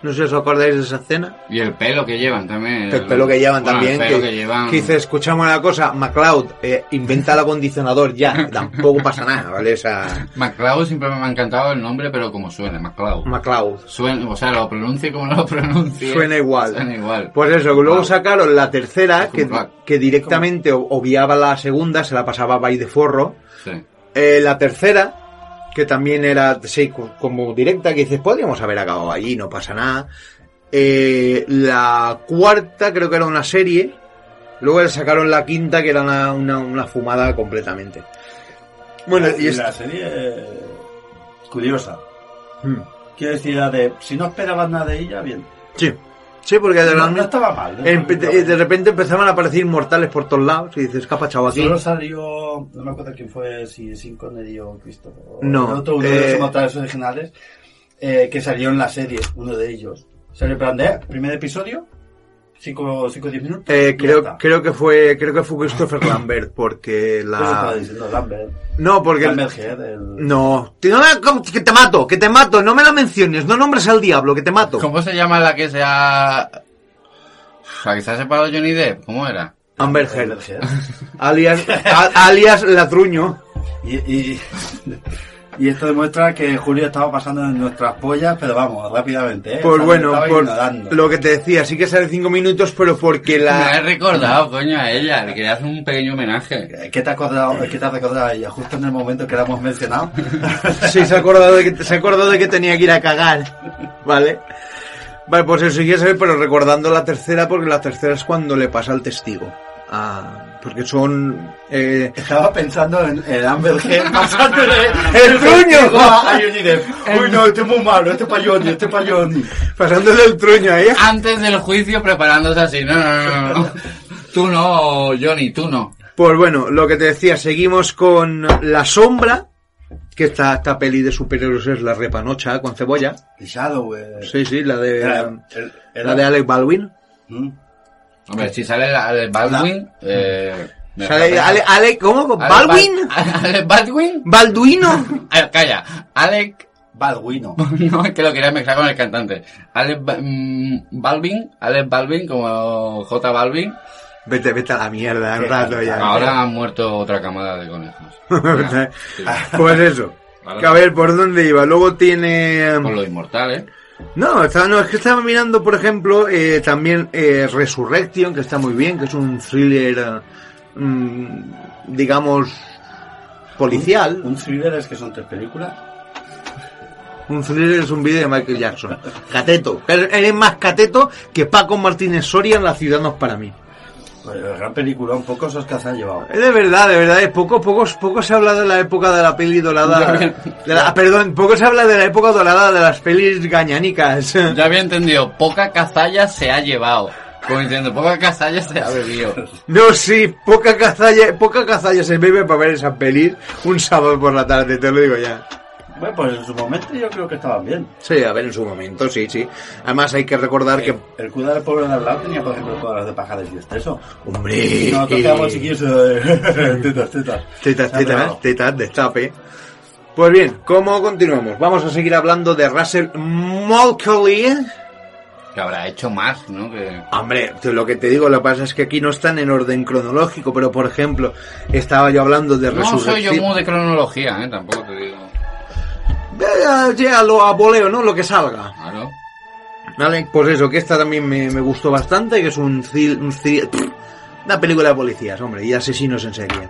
No sé si os acordáis de esa escena. Y el pelo que llevan también. El pelo que llevan Bueno, también. El pelo que, que, llevan. que dice, escuchamos una cosa, MacLeod, eh, inventa el acondicionador ya. [laughs] que Tampoco pasa nada, ¿vale? O sea, McCloud siempre me ha encantado el nombre, pero como suena, McCloud. MacLeod. Suena, o sea, lo pronuncie como no lo [laughs] pronuncie. Suena igual. Suena igual. Pues eso, que luego Wow. sacaron la tercera, Es que, como Black. que directamente o- obviaba la segunda, se la pasaba a Bay de Forro. Sí. Eh, la tercera, que también era sí, co- como directa, que dices, podríamos haber acabado allí, no pasa nada. Eh, la cuarta creo que era una serie. Luego le sacaron la quinta, que era una, una- una fumada completamente. Bueno, y y es... la serie eh, curiosa. Mm, Quiero decir, la de, si no esperabas nada de ella, bien. Sí. Sí, porque de, No, la- no estaba mal. ¿no? en- de- de repente empezaban a aparecer mortales por todos lados y dices, capa chavo aquí. Solo salió, no me acuerdo quién fue, si Sin Connery o Christopher. o No, el otro, uno eh, de los mortales originales, eh, que salió en la serie, uno de ellos. Salió en plan de, eh, primer episodio, 5 o 10 minutos. Eh, y ya creo, está. creo que fue creo que [coughs] fue Christopher Lambert porque Eso estaba la diciendo Lambert. no porque Lambert Head, el- No, te- no me- como- que te mato, que te mato, no me la menciones, no nombres al diablo, que te mato. ¿Cómo se llama la que se ha. La que se ha separado Johnny Depp? ¿Cómo era? Amber Heard, Lambert Head. alias, a- [laughs] alias Latruño. Y, y, y esto demuestra que Julio estaba pasando en nuestras pollas, pero vamos, rápidamente. ¿eh? O Pues sea, bueno, me estaba por ignorando. lo que te decía, sí que sale cinco minutos, pero porque Me [laughs] he la... recordado, coño, a ella. Le quería hacer un pequeño homenaje. Eh, ¿Qué te, has acordado, ¿Qué te has recordado de ella? Justo en el momento que la hemos mencionado. [laughs] Sí, se acordó, de que, se acordó de que tenía que ir a cagar, ¿vale? Vale, pues eso ya sabe, pero recordando la tercera, porque la tercera es cuando le pasa al testigo. Ah, porque son... eh, Estaba pensando en, en Amber [laughs] Heard pasándole [laughs] ¡El truño! a a Johnny Depp. Uy, no, este es muy malo, este es pa' Johnny, este es pa' Johnny. pasándole el truño a ella. Antes del juicio preparándose así. No, no, no, [laughs] no. Tú no, Johnny, tú no. Pues bueno, lo que te decía, seguimos con La Sombra, que esta, esta peli de superhéroes es la repanocha con cebolla. The Shadow, eh. Sí, sí, la de, Era- el- la de Alec Baldwin. Mm. Hombre, si sale la- el Baldwin. Eh, me Sale, da Ale, Ale- ¿Cómo? pena. ¿Baldwin? Alec Bal- Alec Baldwin. ¿Balduino? Ah, Calla, Alec. [laughs] Balduino. No, es que lo quería mezclar con el cantante. Alec Ba- mm, Balvin, Alec Balvin, como J Balvin. Vete, vete a la mierda, un Sí, rato ya. [laughs] Ahora han muerto otra camada de conejos. pues eso. Ahora- Que a ver, ¿por dónde iba? Luego tiene... Por ¿eh? los inmortales. No, estaba, no, es que estaba mirando, por ejemplo, eh, también eh, Resurrection, que está muy bien, que es un thriller, eh, mm, digamos, [laughs] policial. Un thriller es que son tres películas. Un thriller es un vídeo de Michael Jackson. Cateto. Eres eres más cateto que Paco Martínez Soria en La Ciudad no es para mí. Pues, gran película, un poco esos que se han llevado. Eh, De verdad, de verdad, es poco, poco, poco se habla de la época de la peli dorada. [laughs] de la- perdón, poco se habla de la época dorada de las pelis gañanicas. Ya había entendido, poca cazalla se ha llevado. Como diciendo, poca cazalla se ha bebido. No, sí, poca cazalla, poca cazalla se bebe para ver esa pelis un sábado por la tarde, te lo digo ya. Bueno, pues en su momento yo creo que estaban bien. Sí, a ver, en su momento, sí, sí. Además hay que recordar que... El cura del pueblo de al lado tenía, por ejemplo, todas las de pajares y exceso. Hombre, No, tocamos chiquillos de [laughs] tetas, tetas. Ah, tetas, Ah, ¿eh? Se ha pegado. tetas, tetas, destape. Pues bien, ¿cómo continuamos? Vamos a seguir hablando de Russell Mulcahy. Que habrá hecho más, ¿no? Que... Hombre, te- lo que te digo, lo que pasa es que aquí no están en orden cronológico, pero por ejemplo, estaba yo hablando de No soy yo Resurrección. muy de cronología, ¿eh? Tampoco te digo. Eh, ya, lo a voleo, ¿no? Lo que salga. Claro. Vale, pues eso, que esta también me, me gustó bastante, que es un, thrill- un thrill- una película de policías, hombre, y asesinos en serie.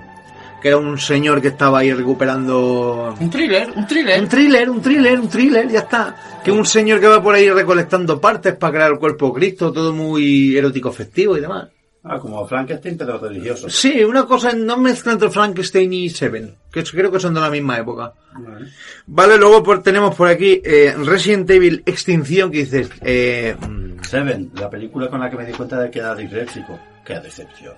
Que era un señor que estaba ahí recuperando... Un thriller, un thriller. Un thriller, un thriller, un thriller, ya está. Que un señor que va por ahí recolectando partes para crear el cuerpo de Cristo, todo muy erótico festivo y demás. Ah, como Frankenstein, pero religioso. Sí, una cosa, no mezcla entre Frankenstein y Seven, que es- creo que son de la misma época. Vale. Vale, luego por- tenemos por aquí eh, Resident Evil Extinción, que dices... Eh, mm, Seven, la película con la que me di cuenta de que era disléxico. Qué decepción.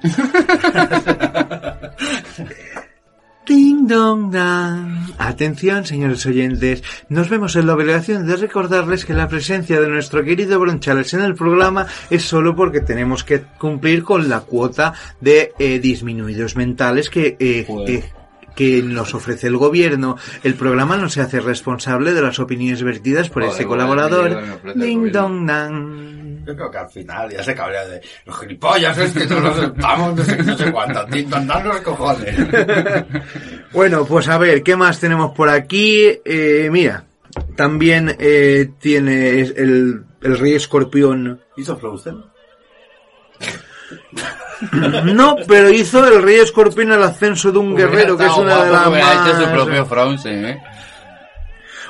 Ding dong dang. Atención, señores oyentes. Nos vemos en la obligación de recordarles que la presencia de nuestro querido Bronchales en el programa es solo porque tenemos que cumplir con la cuota de eh, disminuidos mentales que, eh, eh, que nos ofrece el gobierno. El programa no se hace responsable de las opiniones vertidas por Joder, este igual, colaborador. mierda, me ofrece el Ding gobierno. dong dang. Yo creo que al final ya se cabrea de los gilipollas, es que no nos sentamos, no sé, no sé cuánto, tintan los cojones. Bueno, pues a ver, ¿qué más tenemos por aquí? Eh, mira, también eh, tiene el, el [laughs] rey escorpión. [laughs] ¿Hizo Frozen? No, pero hizo el rey escorpión el ascenso de un guerrero, que es una de las Hubiera hecho su más... propio Frozen, ¿eh?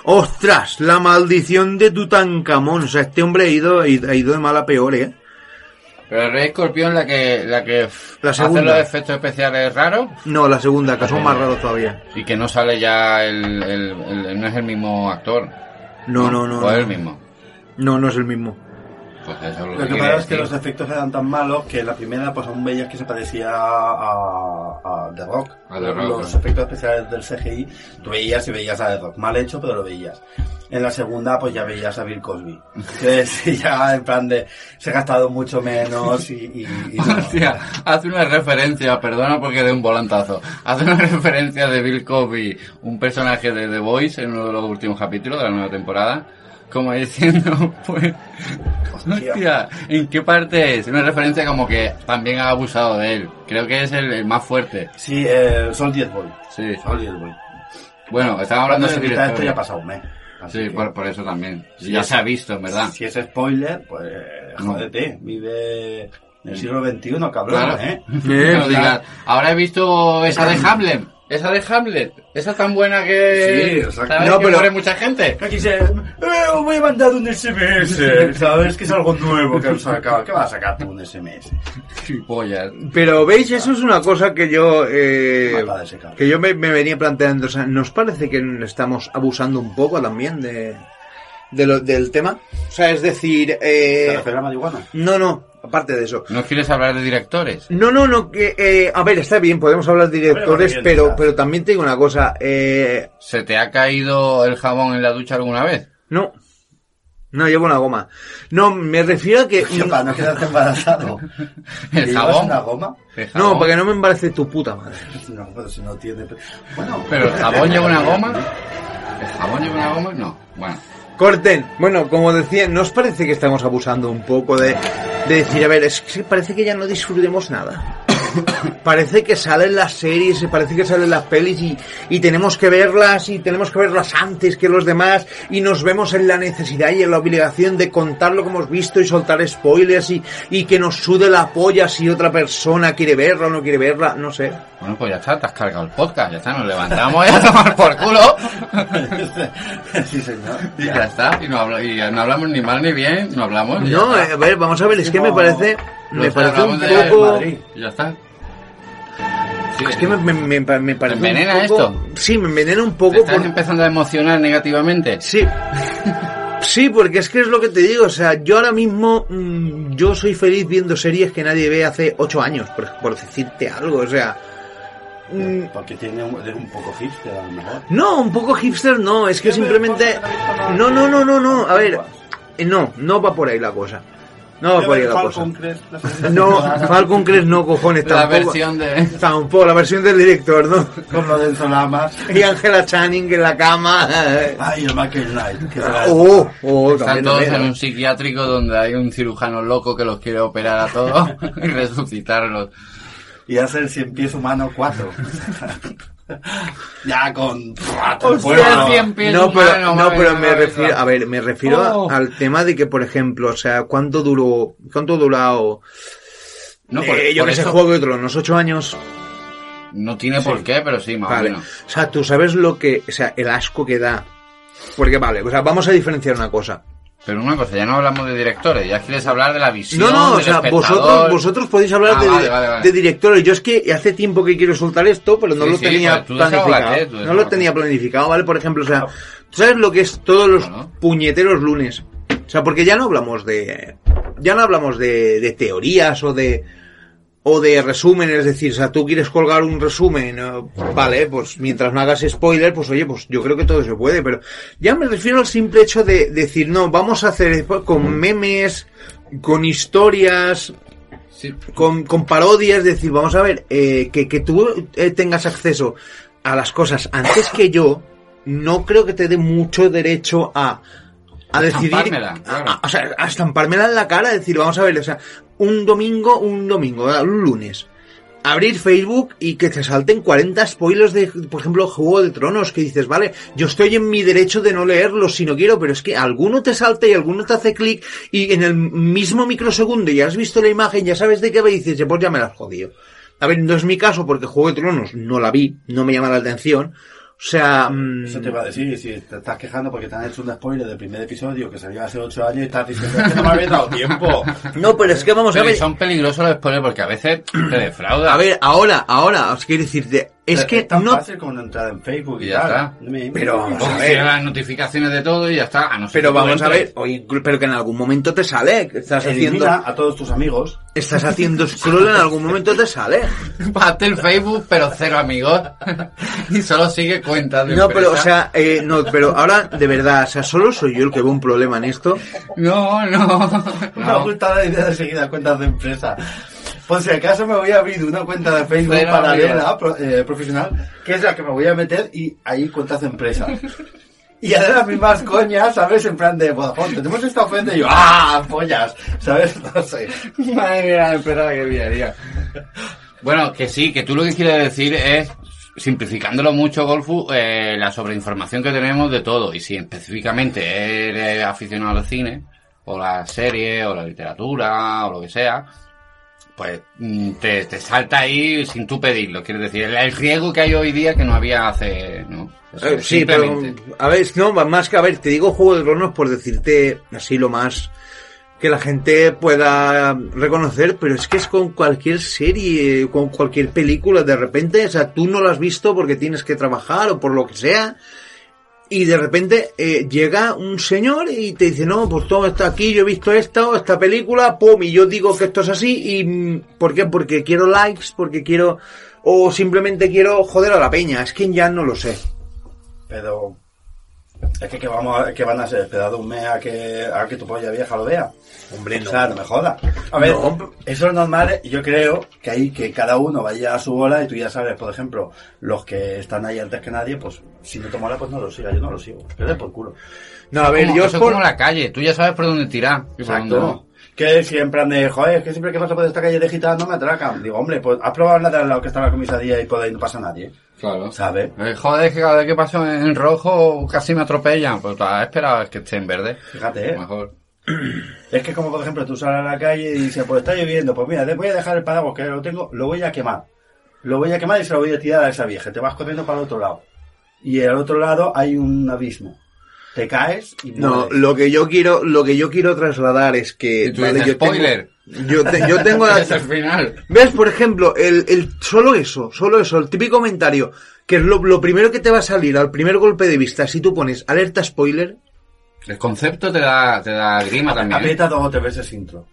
¡Ostras! La maldición de Tutankamón. O sea, este hombre ha ido, ha ido de mal a peor, ¿eh? Pero el Rey Escorpión, la que, la que La hace segunda. los efectos especiales raros No, la segunda, que son más raros todavía. y que no sale ya el, el, el- no es el mismo actor. No, no, no. O es el no. mismo. No, no es el mismo. Pues eso es lo, Lo que quiere pasa es que decir. los efectos eran tan malos que la primera, pues aún veías que se parecía a, a The Rock. A The Rock, Los ¿no? efectos especiales del CGI, tú veías y veías a The Rock. Mal hecho, pero lo veías. En la segunda, pues ya veías a Bill [laughs] Cosby. Entonces, ya en plan de, se ha gastado mucho menos y... y, y no. Hostia, hace una referencia, perdona porque de un volantazo, hace una [laughs] referencia de Bill Cosby, un personaje de The Voice en uno de los últimos capítulos de la nueva temporada, como diciendo, [laughs] pues, Hostia. hostia, ¿en qué parte es? Una referencia como que también ha abusado de él, creo que es el, el más fuerte, Sí, eh, Soldier Boy. sí. Soldier Boy. Bueno, estamos hablando Cuando se de su quita esto ya ha director. pasado un mes. Así Sí, que- por, por eso también. Sí, ya es- se ha visto, en verdad. Si es spoiler, pues jódete, vive en el siglo XXI, cabrón, Claro. ¿eh? [laughs] No digas, Ahora he visto esa de Hamlet. Esa de Hamlet. Esa tan buena Sí, que... exacto. ¿sabes? No, que pero- muere mucha gente. Aquí se... Eh, os voy a mandar un [laughs] SMS, ¿sabes? Que es algo nuevo que han sacado. ¿Qué vas a sacar tú un SMS? Gilipollas. Pero veis, eso es una cosa que yo eh, Mata de ese cabrón. que yo me, me venía planteando. O sea, ¿nos parece que estamos abusando un poco también de, de lo- del tema? O sea, es decir, ¿Te eh, refieres a marihuana? no, no, aparte de eso. ¿No quieres hablar de directores? No, no, no, que, eh, a ver, está bien, podemos hablar de directores, Hombre, pero, bien, pero también te digo una cosa, eh, ¿Se te ha caído el jabón en la ducha alguna vez? no, no llevo una goma. No, me refiero a [laughs] que... Tío, para no quedarte embarazado. ¿Que [laughs] ¿El llevas jabón? una goma? El jabón. No, para que no me embarace tu puta madre. No, pero si no tiene... Bueno... ¿Pero el jabón lleva una goma? ¿El jabón lleva una goma? No. Bueno. Corten. Bueno, como decía, ¿nos parece que estamos abusando un poco de, de decir, a ver, es que parece que ya no disfrutemos nada? [coughs] parece que salen las series, y parece que salen las pelis y, y tenemos que verlas y tenemos que verlas antes que los demás y nos vemos en la necesidad y en la obligación de contar lo que hemos visto y soltar spoilers y, y que nos sude la polla si otra persona quiere verla o no quiere verla, no sé. Bueno, pues ya está, te has cargado el podcast, ya está, nos levantamos y a tomar por culo. [laughs] sí, señor. Y ya está, y no, habla- y ya no hablamos ni mal ni bien, no hablamos. y ya No, está. eh, a ver, vamos a ver, es que me No, parece, me Los parece un hablamos de poco... Madrid, y Ya está. Sí, Es que me, me, me, me parece. un envenena poco- Sí, me envenena un poco. ¿Te estás por- empezando a emocionar negativamente? Sí. [laughs] Sí, porque es que es lo que te digo. O sea, yo ahora mismo. mm, yo soy feliz viendo series que nadie ve hace ocho años, por, por decirte algo. O sea. mm, Porque tiene un, es un poco hipster, a lo mejor. no, un poco hipster no. Es que simplemente. No, no, no, no, no. A ver. eh, No, no va por ahí la cosa. No va por ahí la cosa. [laughs] No, Falcon Crest no, cojones. La Tampoco, versión de... tampoco, la versión del director, ¿no? [laughs] Con lo de Solamas. Y Angela Channing en la cama. eh. Ay, el Michael Knight. qué raro. Oh, oh, Están también, todos también. en un psiquiátrico donde hay un cirujano loco que los quiere operar a todos [laughs] y resucitarlos. y hacer Cien Pies Humano [laughs] 4. ya con rato Hostia, Cien Pies no, pero, Humano, no, madre pero mía, me madre refiero, mía. a ver, me refiero a- Oh. al tema de que, por ejemplo, o sea, ¿cuánto duró, cuánto ha durado? No, por- Eh, yo por que sé, eso- Juego de Tronos, ocho años. No tiene por qué, pero sí, más o Vale. menos. O sea, tú sabes lo que, o sea, el asco que da. Porque vale, o sea, vamos a diferenciar una cosa. Pero una cosa, ya no hablamos de directores, ya quieres hablar de la visión. No, no, o del sea, espectador. vosotros, vosotros podéis hablar Ah, de, vale, vale, vale. de directores. Yo es que hace tiempo que quiero soltar esto, pero no Sí, lo sí, tenía pues tú planificado. desahógate, tú no lo desahógate. tenía planificado, ¿vale? Por ejemplo, o sea, ¿tú sabes lo que es todos los Claro. puñeteros lunes? O sea, porque ya no hablamos de. Ya no hablamos de, de teorías o de. o de resumen, es decir, o sea, tú quieres colgar un resumen, eh, vale, pues mientras no hagas spoiler, pues oye, pues yo creo que todo se puede, pero ya me refiero al simple hecho de decir, no, vamos a hacer spo- con memes, con historias, Sí. con, con parodias, es decir, vamos a ver, eh, que, que tú eh, tengas acceso a las cosas antes que yo, no creo que te dé mucho derecho a, a decidir. Estampármela, claro. a- a- o sea, a estampármela en la cara, decir, vamos a ver, o sea, un domingo, un domingo, ¿verdad? un lunes. Abrir Facebook y que te salten 40 spoilers de, por ejemplo, Juego de Tronos, que dices, vale, yo estoy en mi derecho de no leerlos si no quiero, pero es que alguno te salta y alguno te hace clic y en el mismo microsegundo ya has visto la imagen, ya sabes de qué va y dices, pues ya me la has jodido. A ver, no es mi caso porque Juego de Tronos no la vi, no me llama la atención. O sea, mm, Eso te va a decir, si te estás quejando porque te han hecho un spoiler del primer episodio que salió hace 8 años y estás diciendo "Es que no me habéis dado tiempo. no, pero es que vamos a Pero ver. son peligrosos los spoilers porque a veces te defrauda. A ver, ahora, ahora, os quiero decirte, [laughs] es que tan no, fácil como entrar en Facebook y, Y ya tal. está. No me- Pero vamos a Porque ver. llegan las notificaciones de todo y ya está. A no ser Pero que tú vamos a entres. [laughs] ver, oye, pero que en algún momento te sale, que estás haciendo, Elimina a todos tus amigos. estás haciendo scroll en algún momento te sale. Parte el Facebook, pero cero amigos. [laughs] y solo sigue cuentas de No, pero o empresa. sea, eh, no, pero ahora de verdad, o sea, solo soy yo el que veo un problema en esto. No, no. Me ha [laughs] No. gustado la idea de seguir a cuentas de empresa. Por si acaso me voy a abrir una cuenta de Facebook Cero paralela, amigos. pro- eh, profesional, que es la que me voy a meter y ahí cuentas de empresa. Y haré las mismas coñas, ¿sabes? En plan de Vodafone, tenemos esta oferta y yo, ¡ah, pollas! ¿Sabes? [laughs] No sé. Madre mía, la empresa que pillaría. Bueno, que sí, que tú lo que quieres decir es, simplificándolo mucho, Golfu, eh, la sobreinformación que tenemos de todo. Y si específicamente eres aficionado al cine, o la serie, o la literatura, o lo que sea, pues mm, te, te salta ahí sin tú pedirlo. Quiero decir, el, el riesgo que hay hoy día que no había hace... ¿no? Eso, Eh, sí, pero simplemente. a ver, no, más que a ver, te digo Juego de Tronos por decirte así lo más que la gente pueda reconocer, pero es que es con cualquier serie, con cualquier película, de repente, o sea, tú no la has visto porque tienes que trabajar o por lo que sea, y de repente eh, llega un señor y te dice, no, pues todo está aquí, yo he visto esta o esta película, pum, y yo digo que esto es así, y mm, ¿por qué? Porque quiero likes, porque quiero, o simplemente quiero joder a la peña, es que ya no lo sé. Pero es que, que vamos a- que van a ser esperado un mes a que, a que tu polla vieja lo vea. Hombre, O sea, no me jodas. A ver, No. eso es normal. ¿eh? Yo creo que ahí que cada uno vaya a su bola y tú ya sabes, por ejemplo, los que están ahí antes que nadie, pues si no te mola, pues no lo siga. Yo no lo sigo. Que le dé por culo. No, a ver, Como- yo eso os es por- como la calle, tú ya sabes por dónde tirar. y por dónde no. Que si en plan de, joder, es que siempre que paso por esta calle de gitanos me atracan. Digo, hombre, pues has probado la de al lado que está la comisaría y por ahí no pasa nadie. Claro. ¿Sabes? Eh, joder, es que cada vez que paso en rojo casi me atropellan. Pues esperaba que esté en verde. Fíjate, ¿eh? [laughs] Mejor. Es que como por ejemplo tú sales a la calle y dices, pues está lloviendo, pues mira, te voy a dejar el paraguas que lo tengo, lo voy a quemar. Lo voy a quemar y se lo voy a tirar a esa vieja. Te vas corriendo para el otro lado. Y al otro lado hay un abismo. Te caes y No, mueres. lo que yo quiero, lo que yo quiero trasladar es que. Y tú dices, yo "Spoiler". Tengo, yo, te- [laughs] yo tengo la- Es el final. ¿Ves? Por ejemplo, el, el, solo eso, solo eso, el típico comentario, que es lo, lo primero que te va a salir al primer golpe de vista, si tú pones alerta spoiler, El concepto te da, te da grima también. ¿eh? Aprieta dos o tres veces intro.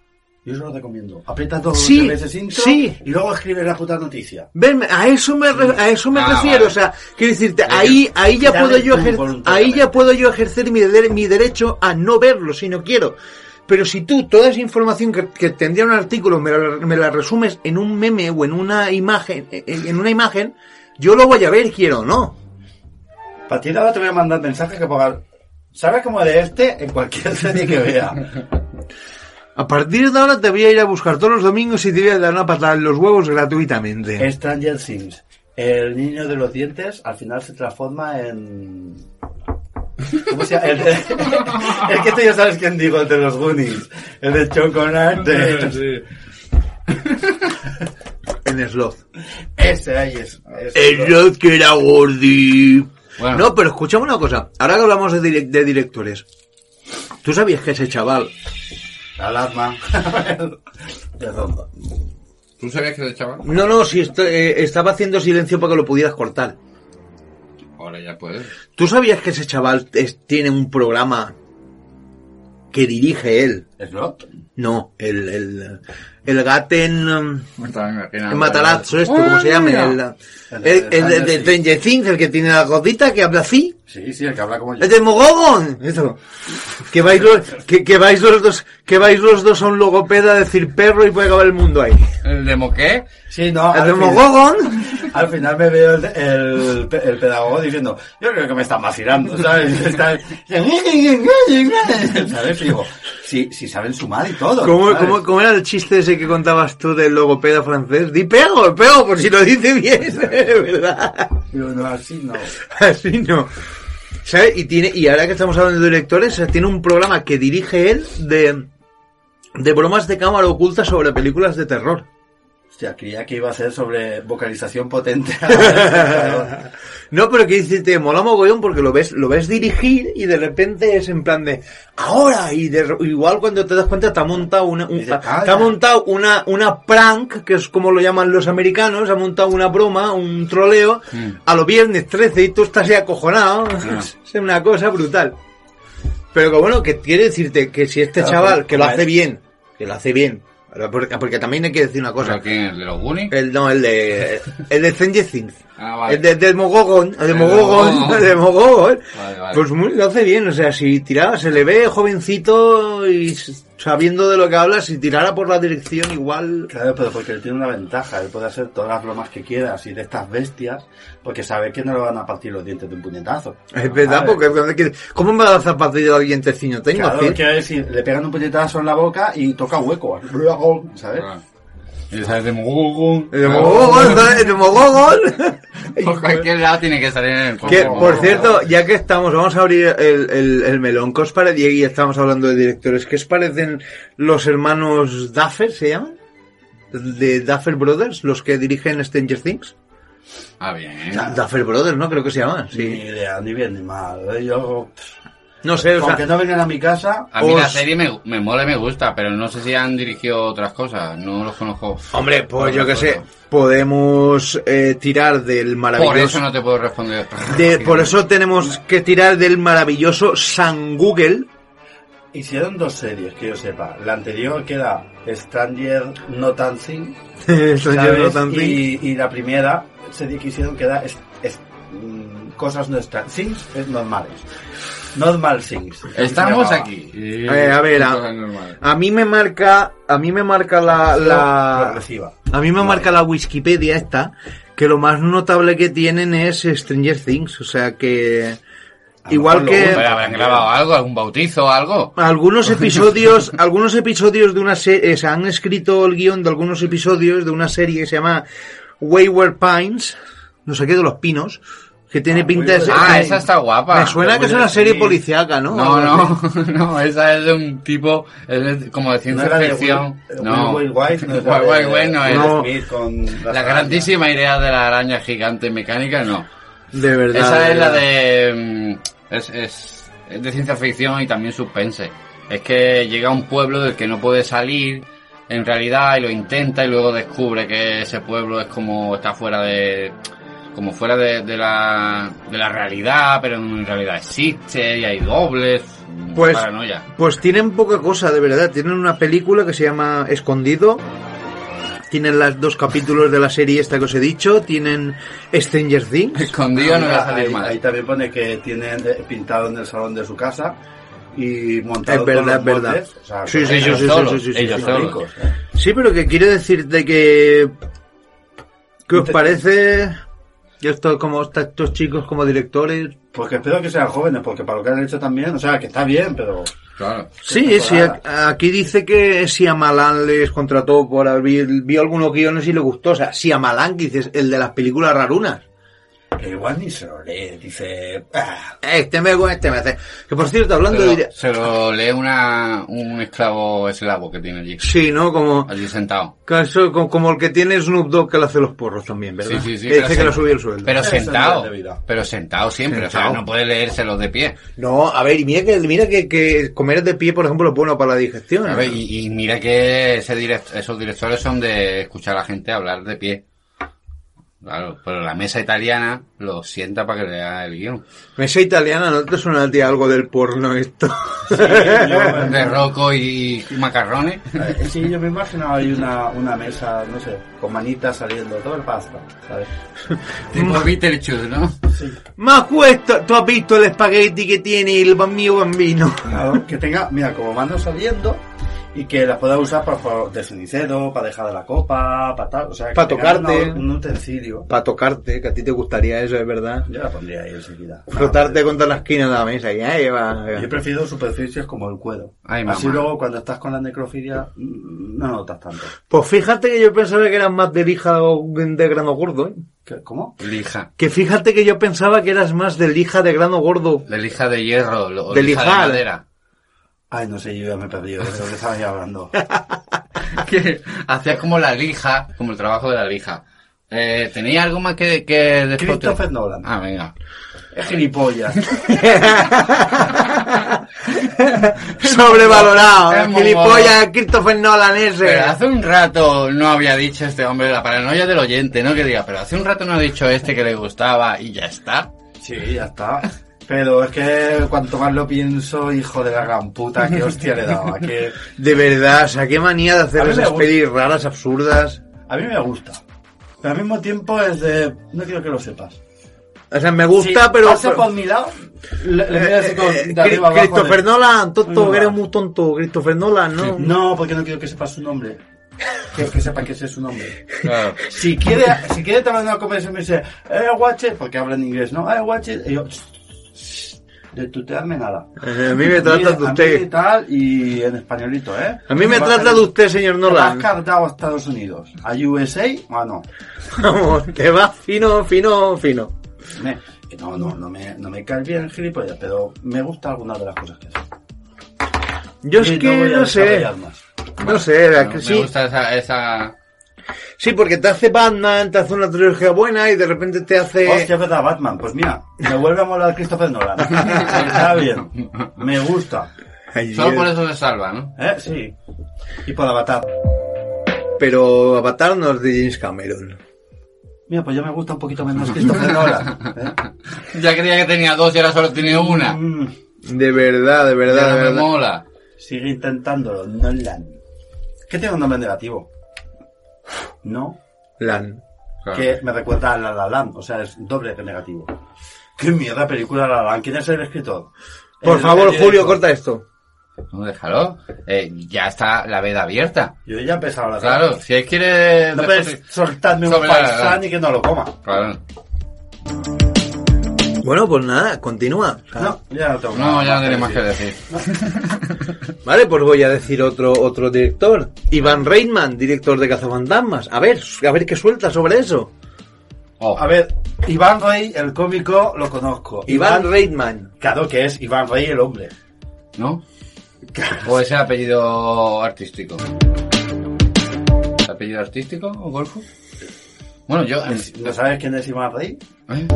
Yo eso lo recomiendo. Aprieta dos Sí, o tres veces intro sí. y luego escribes la puta noticia. Ven, a eso me, re- a eso me Ah, refiero, vale. o sea, quiero decirte, ahí, ahí ya Dale puedo yo tú ejercer, ahí voluntariamente. ya puedo yo ejercer mi, dere- mi derecho a no verlo si no quiero. Pero si tú toda esa información que, que tendría un artículo me la, me la resumes en un meme o en una imagen, e, en en una imagen, yo lo voy a ver, quiero o no. Para ti ahora te voy a mandar mensajes que pongan, ¿sabes cómo de este? En cualquier serie que vea. A partir de ahora te voy a ir a buscar todos los domingos y te voy a dar una patada en los huevos gratuitamente. Stranger Things. El niño de los dientes al final se transforma en. ¿Cómo se llama? [laughs] El, de- el que tú ya sabes quién digo, el de los Goonies. El de chocolate. En Sloth. Ese ahí es. ese. El Rod que era gordi. Bueno. No, pero escuchame una cosa. Ahora que hablamos de, direc- de directores. ¿Tú sabías que ese chaval... Alarma. Perdón. ¿Tú sabías que era el chaval? No, no, si est- eh, estaba haciendo silencio para que lo pudieras cortar. Ahora ya puedes. ¿Tú sabías que ese chaval es- tiene un programa que dirige él. Slot. No, el, el, el Gaten um, El el Matarazzo, esto, ¿cómo se llama? El, Ah, el, el, el de Stranger Things, el que tiene la gordita, que habla así. Sí, sí, el que habla como yo. ¡Es de Mogogon! Eso. Que vais los, que, que vais los dos, que vais los dos a un logopeda a decir perro y puede acabar el mundo ahí. ¿El de Moqué? Ah, Sí, no, ¡El al de final, Mogogon! al final me veo el, el, pe- el pedagogo diciendo, yo creo que me están vacilando, ¿sabes? [laughs] Está- [laughs] ¿Sabes? Y digo, si, si saben sumar y todo. ¿Cómo, ¿sabes? cómo, cómo era el chiste ese que contabas tú del logopeda francés? Di pego, pego, por si lo dice bien, [laughs] ¿verdad? Pero no, así no. Así no. ¿Sabes? Y tiene, y ahora que estamos hablando de directores, o sea, tiene un programa que dirige él de, de bromas de cámara oculta sobre películas de terror. Hostia, creía que iba a ser sobre vocalización [laughs] potente. [laughs] No, pero que dices, te mola mogollón porque lo ves, lo ves dirigir y de repente es en plan de ahora y de, re- igual cuando te das cuenta te ha montado una, un- Dices, ha- te "Calla". ha montado una, una prank, que es como lo llaman los americanos, ha montado una broma, un troleo, Hmm. a los viernes 13 y tú estás ya acojonado. [laughs] es una cosa brutal. Pero que bueno, que quiere decirte que si este Claro, chaval, pero- que lo hace vale. bien, que lo hace bien, porque, porque también hay que decir una cosa, ¿Pero quién? ¿El de los Goonies? el, no, el de, el de Stranger Things. Ah, vale. eh, El de, del Mogogon, el de El Mogogon, Mogogon. el [laughs] de Mogogon. Vale, vale. Pues muy- lo hace bien, o sea, si tiraba, se le ve jovencito y s- sabiendo de lo que habla, si tirara por la dirección igual... Claro, pero porque él tiene una ventaja, él puede hacer todas las bromas que quiera, así de estas bestias, porque sabe que no le van a partir los dientes de un puñetazo. Es verdad, ¿Sabes? porque porque- ¿cómo me va a dar zapatillas al dientecino? Tengo Claro, así. quiero decir, le pegan un puñetazo en la boca y toca hueco, luego, ¿sabes? Ah. ¿Y sabes de Mogogon? Ah, El de Mogogon, ¿sabes? el de [laughs] Mogogon. Por cualquier lado tiene que salir en el Que, Mogogon. por cierto, ya que estamos, vamos a abrir el, el, el melón. ¿Qué os pare- Y estamos hablando de directores. ¿Qué os parecen los hermanos Duffer, se llaman? De Duffer Brothers, los que dirigen Stranger Things. Ah, bien. Duffer Brothers, ¿no? Creo que se llaman, Ni sí. idea, ni bien ni mal. ¿eh? Yo, No sé, o aunque sea, no vengan a mi casa, A mí la Os- serie me, me mola y me gusta, pero no sé si han dirigido otras cosas. No los conozco. hombre, pues No yo los que sé, conozco. podemos eh, tirar del Por maravilloso... eso no te puedo responder. [laughs] de- por eso tenemos que tirar del maravilloso San Google, [laughs] hicieron dos series, que yo sepa. La anterior que era Stranger No Dancing, Stranger ¿sabes? No Tan Thing. Y, y la primera serie que hicieron que era es- es- mm, cosas no extra- things es normales. Normal things. Estamos Se llamaba. aquí. Eh, Eh, a ver, a- cosas normales. A mí me marca, a mí me marca la, la, Progresiva. a mí me marca la Wikipedia esta, que lo más notable que tienen es Stranger Things, o sea que, Ah, A lo igual mejor lo que usan. Pero habrán grabado algo, algún bautizo, algo. [laughs] algunos episodios, algunos episodios de una serie, se han escrito el guión de algunos episodios de una serie que se llama Wayward Pines, no sé qué de los pinos, que tiene pinta de ser- Ah, esa está guapa. Me suena que es una serie policíaca, ¿no? No, no, [laughs] no, esa es de un tipo, es de- como de No ciencia era de ficción. Will- No, Will White, no era [laughs] Wild de- Wild West no Will es. No. Smith con La grandísima idea de la araña gigante mecánica, no. De verdad. Esa de es la verdad. de... mm, Es, es, es de ciencia ficción y también suspense. Es que llega a un pueblo del que no puede salir en realidad y lo intenta y luego descubre que ese pueblo es como está fuera de... como fuera de, de la, de la realidad, pero en realidad existe y hay dobles. mm, Pues- Paranoia. [laughs] Pues tienen poca cosa, de verdad. Tienen una película que se llama Escondido. Tienen los dos capítulos de la serie esta que os he dicho. Tienen Stranger [laughs] Things. Escondido no va a salir ahí, mal. ahí también pone que tiene de- pintado en el salón de su casa y montado Es verdad, todos es los verdad. moldes, o sea, Sí, con sí, sí, ellos sí, solos, sí, sí, sí, ellos sí. solos. ricos, ¿eh? Sí, pero que quiero decirte que... ¿Qué os parece? Yo estoy como estos chicos como directores. Porque espero que sean jóvenes, porque para lo que han hecho también, o sea, que está bien, pero... Claro. Sí, sí, temporada. a- aquí dice que Siamalan les contrató por abrir, vio algunos guiones y le gustó. O sea, Siamalan, que dices, el de las películas rarunas. Que igual ni se lo lee, dice... "Ah". Este me gusta, este me hace. Que por cierto, hablando Se de... lo, dire- se lo lee una, un esclavo eslavo que tiene allí. Sí, ¿no? Como, Allí sentado. caso, co- como el que tiene Snoop Dogg que le hace los porros también, ¿verdad? Sí, sí, sí. que dice que le sen- subió el sueldo. Pero Ese es el sentado. nivel de vida. Pero sentado siempre. O sea, Sentado. no puede leérselos de pie. No, a ver, y mira que, mira que, que comer de pie, por ejemplo, es bueno para la digestión. A ver, y, y mira que ese direct- esos directores son de escuchar a la gente hablar de pie. Claro, pero la mesa italiana lo sienta para que lea el guión. Mesa italiana, ¿no te suena a ti algo del porno esto? [laughs] De roco y [laughs] macarrones. Eh, Sí, yo me imaginaba ahí una, una mesa, no sé, con manitas saliendo, todo el pasta, ¿sabes? Tipo Beetlejuice, ¿no? Más cuesta, tú has visto el espagueti que tiene el bambino bambino. Claro, que tenga, mira, como mando saliendo y que las pueda usar para jugar de cenicero, para dejar de la copa, para tal, o sea, que Pa' tenga tocarte. una- un utensilio. Para tocarte, que a ti te gustaría eso, es verdad. Yo la pondría ahí enseguida. Frotarte contra la esquina de la mesa y ahí va. Yo prefiero superficies como el cuero. Ay, mamá. Así luego cuando estás con la necrofilia mm, no notas tanto. Pues fíjate que yo pensaba que eras más de lija o de grano gordo, ¿eh? ¿Qué- ¿Cómo? Lija. Que fíjate que yo pensaba que eras más de lija de grano [laughs] gordo. [laughs] De lija de hierro. lo- o De lija lijar. de [laughs] madera. Ay, no sé, yo ya me he perdido de lo que estabais [laughs] hablando. Que hacía como la lija, como el trabajo de la lija. Eh, ¿Tenía algo más que, que despotricar? Christopher Nolan. Ah, venga. Es gilipollas. Es Sobrevalorado. muy Gilipollas, Christopher Nolan Pero ese. hace un rato no había dicho este hombre la paranoia del oyente, ¿no? Que diga, pero hace un rato no ha dicho este que le gustaba y ya está. Sí, ya está. Pero es que cuanto más lo pienso, hijo de la gran puta, qué hostia le daba. Que De verdad, o sea, qué manía de A hacer mí me esas gusta. pelis raras, absurdas. a mí me gusta. Pero al mismo tiempo es de... No quiero que lo sepas. O sea, me gusta, Si pero... Pasa por mi lado, le, le miras así con- Eh, eh, de arriba Cri- abajo Christopher de- Nolan, tonto, Muy eres mal. muy tonto, Christopher Nolan, ¿no? No, porque no quiero que sepa su nombre. Quiero que sepa que ese es su nombre. Claro. Si quiere, si quiere tener una conversación, me dice, eh, watch it, porque habla en inglés, ¿no? Eh, watch it. Y yo, de tutearme nada. Eh, A mí me Mira, trata de a mí usted. tal y en españolito, ¿eh? A mí me Vas trata a- de usted, señor Te vas Nolan. cargado a Estados Unidos. ¿A USA? Ah, no. [laughs] Vamos, te vas fino, fino, fino. Me- no, no, no me, no me cae bien el gilipollas, pero me gusta alguna de las cosas que hace. Yo es Y que voy a no sé, desarrollar más. no sé, Ah, la- No, que me sí, gusta esa, esa... sí, porque te hace Batman, te hace una trilogía buena y de repente te hace... Hostia, es verdad, Batman. Pues mira, me vuelve a molar Christopher Nolan. Está bien. Me gusta. Ay, Solo por Dios. eso se salva, ¿no? ¿Eh? Sí. Y por Avatar. Pero Avatar no es de James Cameron. Mira, pues ya me gusta un poquito menos Christopher Nolan. ¿eh? Ya creía que tenía dos y ahora solo tiene una. Mm, De verdad, de Ya verdad, de no me verdad. mola. sigue intentándolo, Nolan. ¿Qué tiene un nombre negativo? No. Lan. Claro. que me recuerda a La La Land, o sea, es doble que negativo. ¡Qué mierda película La La Land! ¿Quién es el escritor? Por El- favor, el Julio, director. corta esto. No, déjalo. Eh, ya está la veda abierta. Yo ya he empezado la Claro, si él quiere... No puedes soltarme un Sobre La La paisán Land. y que no lo coma. Claro. Bueno, pues nada, continúa. No, ya no tengo No, nada ya no tiene que más que decir. decir. Vale, pues voy a decir otro, otro director. Iván Reitman, director de Cazafantasmas. A ver, a ver qué suelta sobre eso. Oh. A ver, Iván Rey, el cómico, lo conozco. Iván Reitman. Claro que es Iván Rey el hombre. ¿No? ¿O ese apellido artístico? ¿Es ¿Apellido artístico o golfo? Bueno, yo... ¿No sabes quién es Iván Rey? ¿Eh?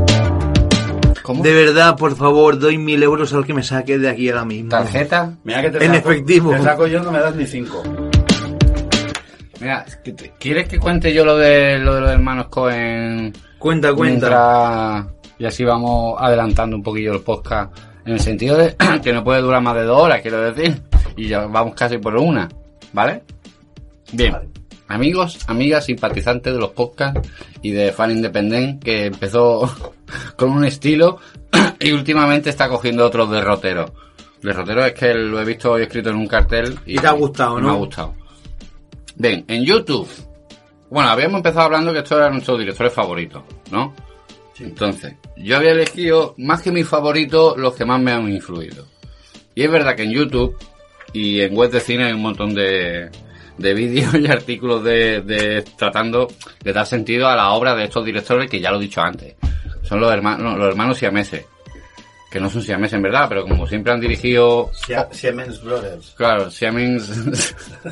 ¿Cómo? De verdad, por favor, doy mil euros al que me saque de aquí ahora mismo. ¿Tarjeta? Mira que te En saco- efectivo. Te saco yo, no me das ni cinco. Mira, que te- ¿quieres que cuente yo lo de, lo de los hermanos Cohen? Cuenta, cuenta. Mientras- y así vamos adelantando un poquillo el podcast. En el sentido de [clears throat] que no puede durar más de dos horas, quiero decir. Y ya vamos casi por una. ¿Vale? Bien. Vale. Amigos, amigas, simpatizantes de los podcasts y de Fan Independent que empezó [laughs] con un estilo [clears throat] y últimamente está cogiendo otros derroteros. Derroteros es que lo he visto hoy escrito en un cartel Y te ha gustado, y ¿no? Me ha gustado. Bien, en YouTube. Bueno, habíamos empezado hablando que estos eran nuestros directores favoritos, ¿no? Entonces, yo había elegido más que mis favoritos los que más me han influido. Y es verdad que en YouTube y en web de cine hay un montón de, de vídeos [laughs] y artículos de, de- tratando de dar sentido a la obra de estos directores que ya lo he dicho antes. Son los hermanos, los hermanos siameses. Que no son siameses en verdad, pero como siempre han dirigido Sie- Siemens Brothers. Claro, Siemens [laughs]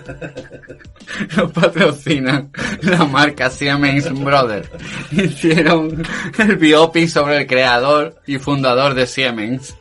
nos patrocinan la marca Siemens Brothers. Hicieron el biopic sobre el creador y fundador de Siemens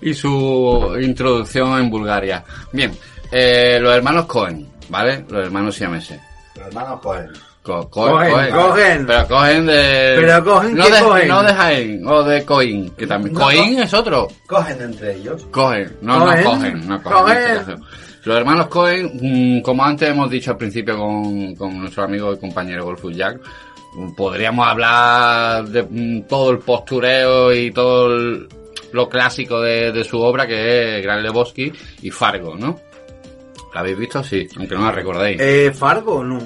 y su introducción en Bulgaria. Bien, eh, los hermanos Cohen, ¿vale? Los hermanos siameses. Los hermanos Cohen. Co- Cohen, cogen. Pero cogen de. Pero cogen, no ¿qué de, cogen? No de Jaén, o de Coin, que también. No, coin co- es otro. Cogen entre ellos. Cohen, no, Cohen. no Cohen, no Cohen. Cohen. en este caso. Los hermanos Cohen, mm, como antes hemos dicho al principio con, con nuestro amigo y compañero Golfus Jack, mm, podríamos hablar de mm, todo el postureo y todo el- lo clásico de, de su obra que es Gran Lebowski y Fargo, ¿no? ¿La habéis visto? Sí, aunque no la recordéis. Eh, Fargo, no.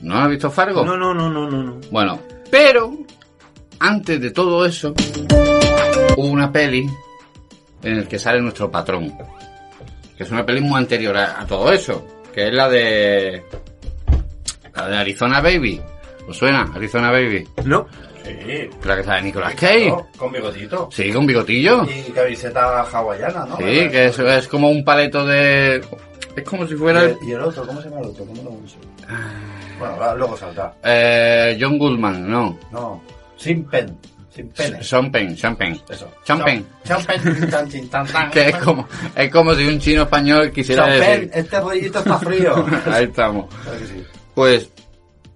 ¿No habéis visto Fargo? No, no, no, no, no, no. Bueno, pero antes de todo eso, hubo una peli en el que sale nuestro patrón. Que es una peli muy anterior a, a todo eso. Que es la de. La de Arizona Baby. ¿Os suena? Arizona Baby. No. Sí. La que sale Nicolas Cage. ¿no? Con bigotito. Sí, con bigotillo. Y camiseta hawaiana, ¿no? Sí, que es, es como un paleto de. Es como si Y fuera. el, y el otro, ¿cómo se llama el otro? ¿Cómo lo uso? Bueno, ahora- luego salta. Eh, John Goodman, no. No. Sin pen. Sin penes. Sean Penn, Sean Penn. Eso. Sean Penn. Champen. Tan, chin, tan, tan. [laughs] Que es como, es como si un chino español quisiera decir. Champen, este rollito está [laughs] frío. Ahí estamos. Claro que sí. Pues,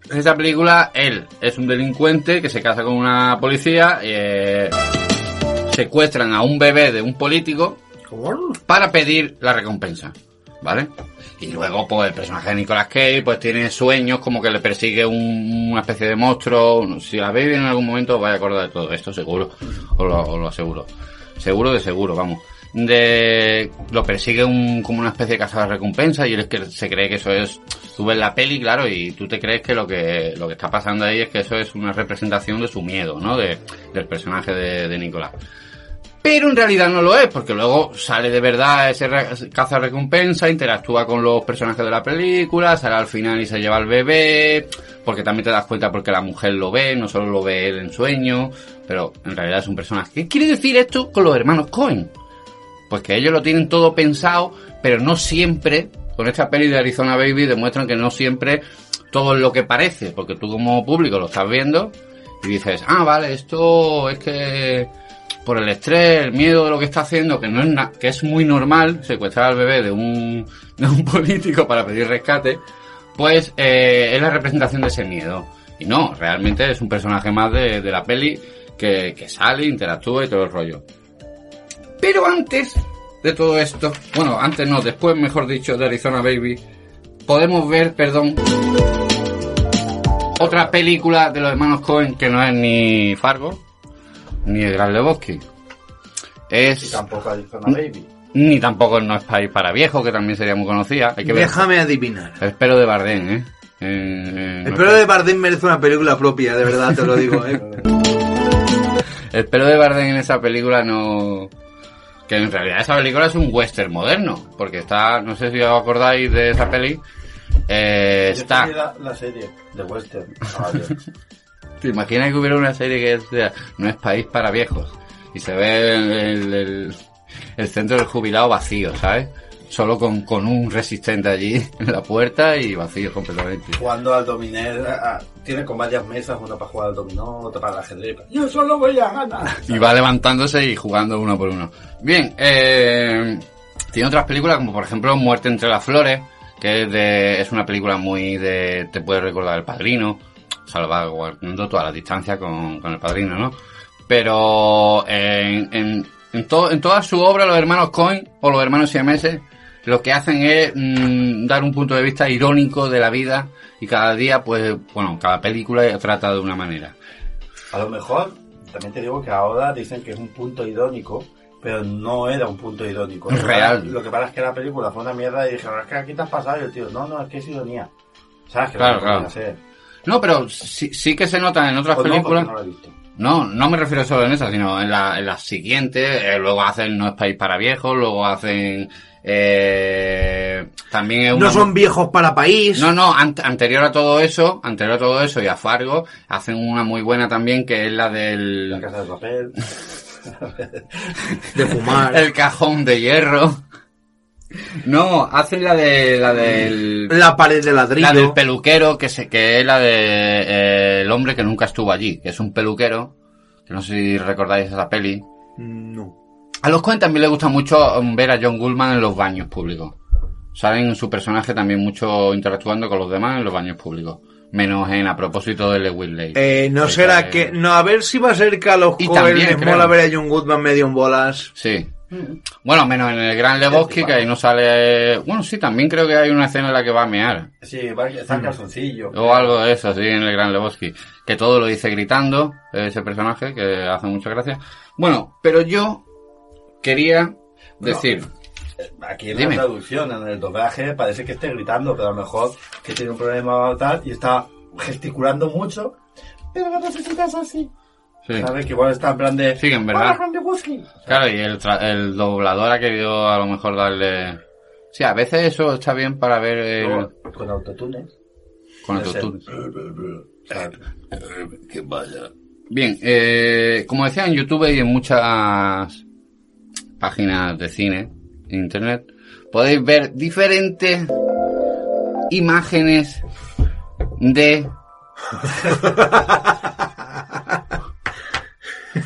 en esta película, él es un delincuente que se casa con una policía, eh, secuestran a un bebé de un político para pedir la recompensa, ¿vale? Y luego, pues, el personaje de Nicolas Cage, pues, tiene sueños como que le persigue un- una especie de monstruo. No- Si la veis bien en algún momento, os vais a acordar de todo esto, seguro. Os lo, os lo aseguro. Seguro de seguro, vamos. De, lo persigue un, como una especie de cazador de recompensa y él es que se cree que eso es, tú ves la peli, claro, y tú te crees que lo que, lo que está pasando ahí es que eso es una representación de su miedo, ¿no? De, del personaje de, de Nicolás. Pero en realidad no lo es, porque luego sale de verdad ese re- caza recompensa, interactúa con los personajes de la película, sale al final y se lleva al bebé, porque también te das cuenta porque la mujer lo ve, no solo lo ve él en sueño, pero en realidad es un personaje. ¿Qué quiere decir esto con los hermanos Cohen? Pues que ellos lo tienen todo pensado, pero no siempre, con esta peli de Arizona Baby demuestran que no siempre todo es lo que parece, porque tú como público lo estás viendo y dices, ah, vale, esto es que por el estrés, el miedo de lo que está haciendo, que no es na- que es muy normal secuestrar al bebé de un, de un [laughs] político para pedir rescate, pues eh, es la representación de ese miedo. Y no, realmente es un personaje más de, de la peli que, que sale, interactúa y todo el rollo. Pero antes de todo esto, bueno, antes no, después, mejor dicho, de Arizona Baby, podemos ver, perdón, otra película de los hermanos Cohen que no es ni Fargo, ni el Gran Lebowski. Y Es, tampoco hay zona Mm, baby. ni tampoco no es País para Viejo, que también sería muy conocida. Hay que ver. Déjame adivinar. El pelo de Bardem, ¿eh? En- en- El pelo de Bardem merece una película propia, de verdad te lo digo, [laughs] eh. el pelo de Bardem en esa película no... Que en realidad esa película es un western moderno. Porque está... No sé si os acordáis de esa peli. Eh, Yo está... tenía la, la serie de Western. [laughs] caballo. ¿Te imaginas que hubiera una serie que sea No es país para viejos? Y se ve el, el- el- el centro del jubilado vacío, ¿sabes? Solo con, con un resistente allí en la puerta y vacío completamente. Jugando al dominé. a- a- Tiene con varias mesas, una para jugar al dominó, otra para el ajedrez. Yo solo voy a ganar. Y va levantándose y jugando uno por uno. Bien, eh, tiene otras películas como por ejemplo Muerte entre las flores, que es, de- es una película muy de... te puede recordar El Padrino, salvaguardando toda la distancia con, con El Padrino, ¿no? Pero en, en, en, to- en toda su obra los hermanos Cohen o los hermanos siameses lo que hacen es mm, dar un punto de vista irónico de la vida y cada día, pues, bueno, cada película trata de una manera. A lo mejor, también te digo que ahora dicen que es un punto irónico, pero no era un punto irónico. Lo que Real. pasa- Lo que pasa es que la película fue una mierda y dijeron, es que aquí te has pasado. Y el tío, no, no, es que es ironía. ¿Sabes? Que no Claro, lo podían claro. hacer. No, pero sí, sí que se nota en otras Pues O no, porque películas. no lo he visto. No, no me refiero solo en esas, sino en, la- en las siguientes. eh, luego hacen No es país para viejos, luego hacen... Eh, también es una- No son viejos para país. No, no, an- anterior a todo eso, anterior a todo eso y a Fargo, hacen una muy buena también que es la del... La casa de papel. De fumar. El cajón de hierro. No, hacen la de... La del... La pared de ladrillo. La del peluquero, que, se, que es la de eh, El hombre que nunca estuvo allí, que es un peluquero, que no sé si recordáis esa peli. No. A los Cohen también les gusta mucho mm, ver a John Goodman en los baños públicos. Salen su personaje también mucho interactuando con los demás en los baños públicos. menos en a propósito de Lewis Lake. Eh, no Esa será es- que... No, a ver si va a ser que a los Y jóvenes les también, creo. mola ver a John Goodman medio en bolas. [laughs] Sí. Bueno, menos en el Gran Lebowski, que ahí no sale... Bueno, sí, también creo que hay una escena en la que va a mear. Sí, va, está en calzoncillo. O algo de eso, sí, en el Gran Lebowski. Que todo lo dice gritando, eh, ese personaje, que hace mucha gracia. Bueno, pero yo quería decir... Aquí en Dime. la traducción, en el doblaje, parece que esté gritando, pero a lo mejor que tiene un problema o tal y está gesticulando mucho. Pero no sé si es así. sí. ¿Sabes? Que igual está en plan de... Sí, en verdad. "Hola, Juan de Whisky". Claro, y el, tra- el doblador ha querido a lo mejor darle... Sí, a veces eso está bien para ver el- Luego, Con autotune. con el puede autotune. ser. Que vaya. Bien, eh, como decía en YouTube y en muchas páginas de cine, internet, podéis ver diferentes imágenes de...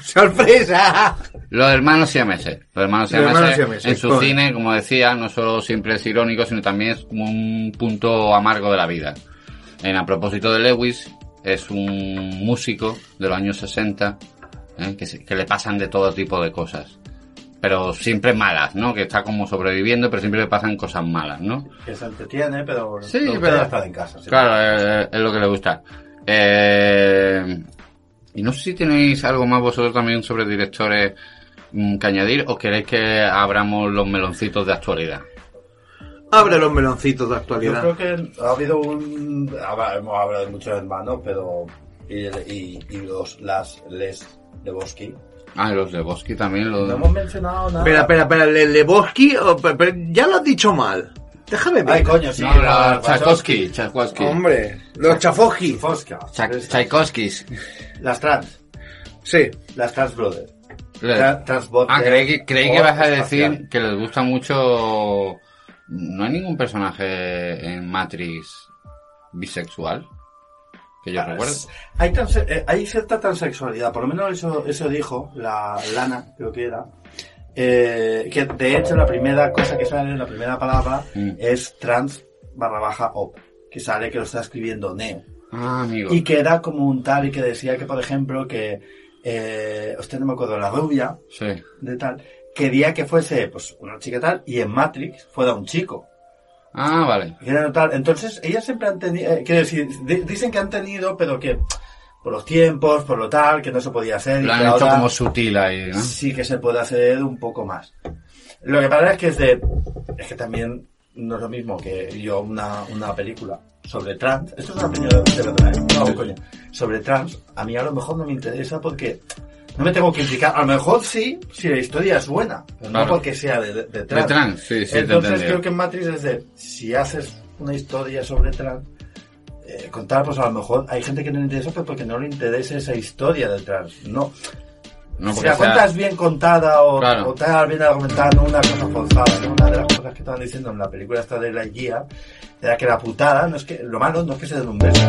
¡Sorpresa! Los hermanos siameses. Los hermanos Los hermanos siameses siameses, en su correcto. cine, como decía, no solo siempre es irónico, sino también es como un punto amargo de la vida. En a propósito de Lewis, es un músico de los años 60 ¿eh? que, se- que le pasan de todo tipo de cosas. Pero siempre malas, ¿no? Que está como sobreviviendo, pero siempre le pasan cosas malas, ¿no? Que se entretiene, pero... Sí, le gusta pero- estar en casa. sí. Claro, eh, es, es lo que le gusta. Eh, y no sé si tenéis algo más vosotros también sobre directores mm, que añadir o queréis que abramos los meloncitos de actualidad. Abre los meloncitos de Yo actualidad. creo que ha habido un... hab- Hemos hablado de muchos hermanos, pero... Y, y, y los, las, les de Bosque. Ah, y los de Bosque también. Los... No hemos mencionado nada. Espera, espera, espera. ¿El Lebowski? o- pe- pe- ya lo has dicho mal. Déjame ver. Ay, coño, sí. No, la- Tchaikovsky, Tchaikovsky. Hombre, los Chafoski. Fosca. Tcha- Tchaikovskys. Las trans. Sí. Las trans brothers. Le- Tra- transbot Ah, de- creí que, creí que o vas a espacial. decir que les gusta mucho... No hay ningún personaje en Matrix bisexual que yo recuerdo. Ah, Hay, transe- eh, hay cierta transexualidad, por lo menos eso, eso dijo la Lana, creo que era. eh, que de hecho la primera cosa que sale en la primera palabra Mm. es trans barra baja op, que sale que lo está escribiendo Neo. Ah, amigo. Y que era como un tal y que decía que, por ejemplo, que... Eh, usted no me acuerdo, la rubia, Sí. de tal, quería que fuese pues una chica tal y en Matrix fuera un chico. Ah, vale. Que era tal. Entonces, ellas siempre han tenido, eh, quiero decir, di- dicen que han tenido, pero que por los tiempos, por lo tal, que no se podía hacer. y Lo han que hecho ahora como sutil ahí, ¿no? Sí que se puede hacer un poco más. Lo que pasa es que es de, es que también no es lo mismo que yo una, una película sobre trans. Esto es una opinión de verdad, ¿eh? No, coño. Sobre trans, a mí a lo mejor no me interesa porque no me tengo que implicar. A lo mejor sí, si la historia es buena, pero Claro. no porque sea de, de- de De trans. trans, sí, sí, te Entonces entendí. creo que en Matrix es de, si haces una historia sobre trans, eh, contar, pues a lo mejor hay gente que no le interesa, pero porque no le interesa esa historia de trans. No, No, si porque la sea- cuenta es bien contada o, Claro. o tal, bien argumentada, no una cosa forzada, ¿no? una de las cosas que estaban diciendo en la película esta de la guía era que la putada, no es que, lo malo no es que se den un beso.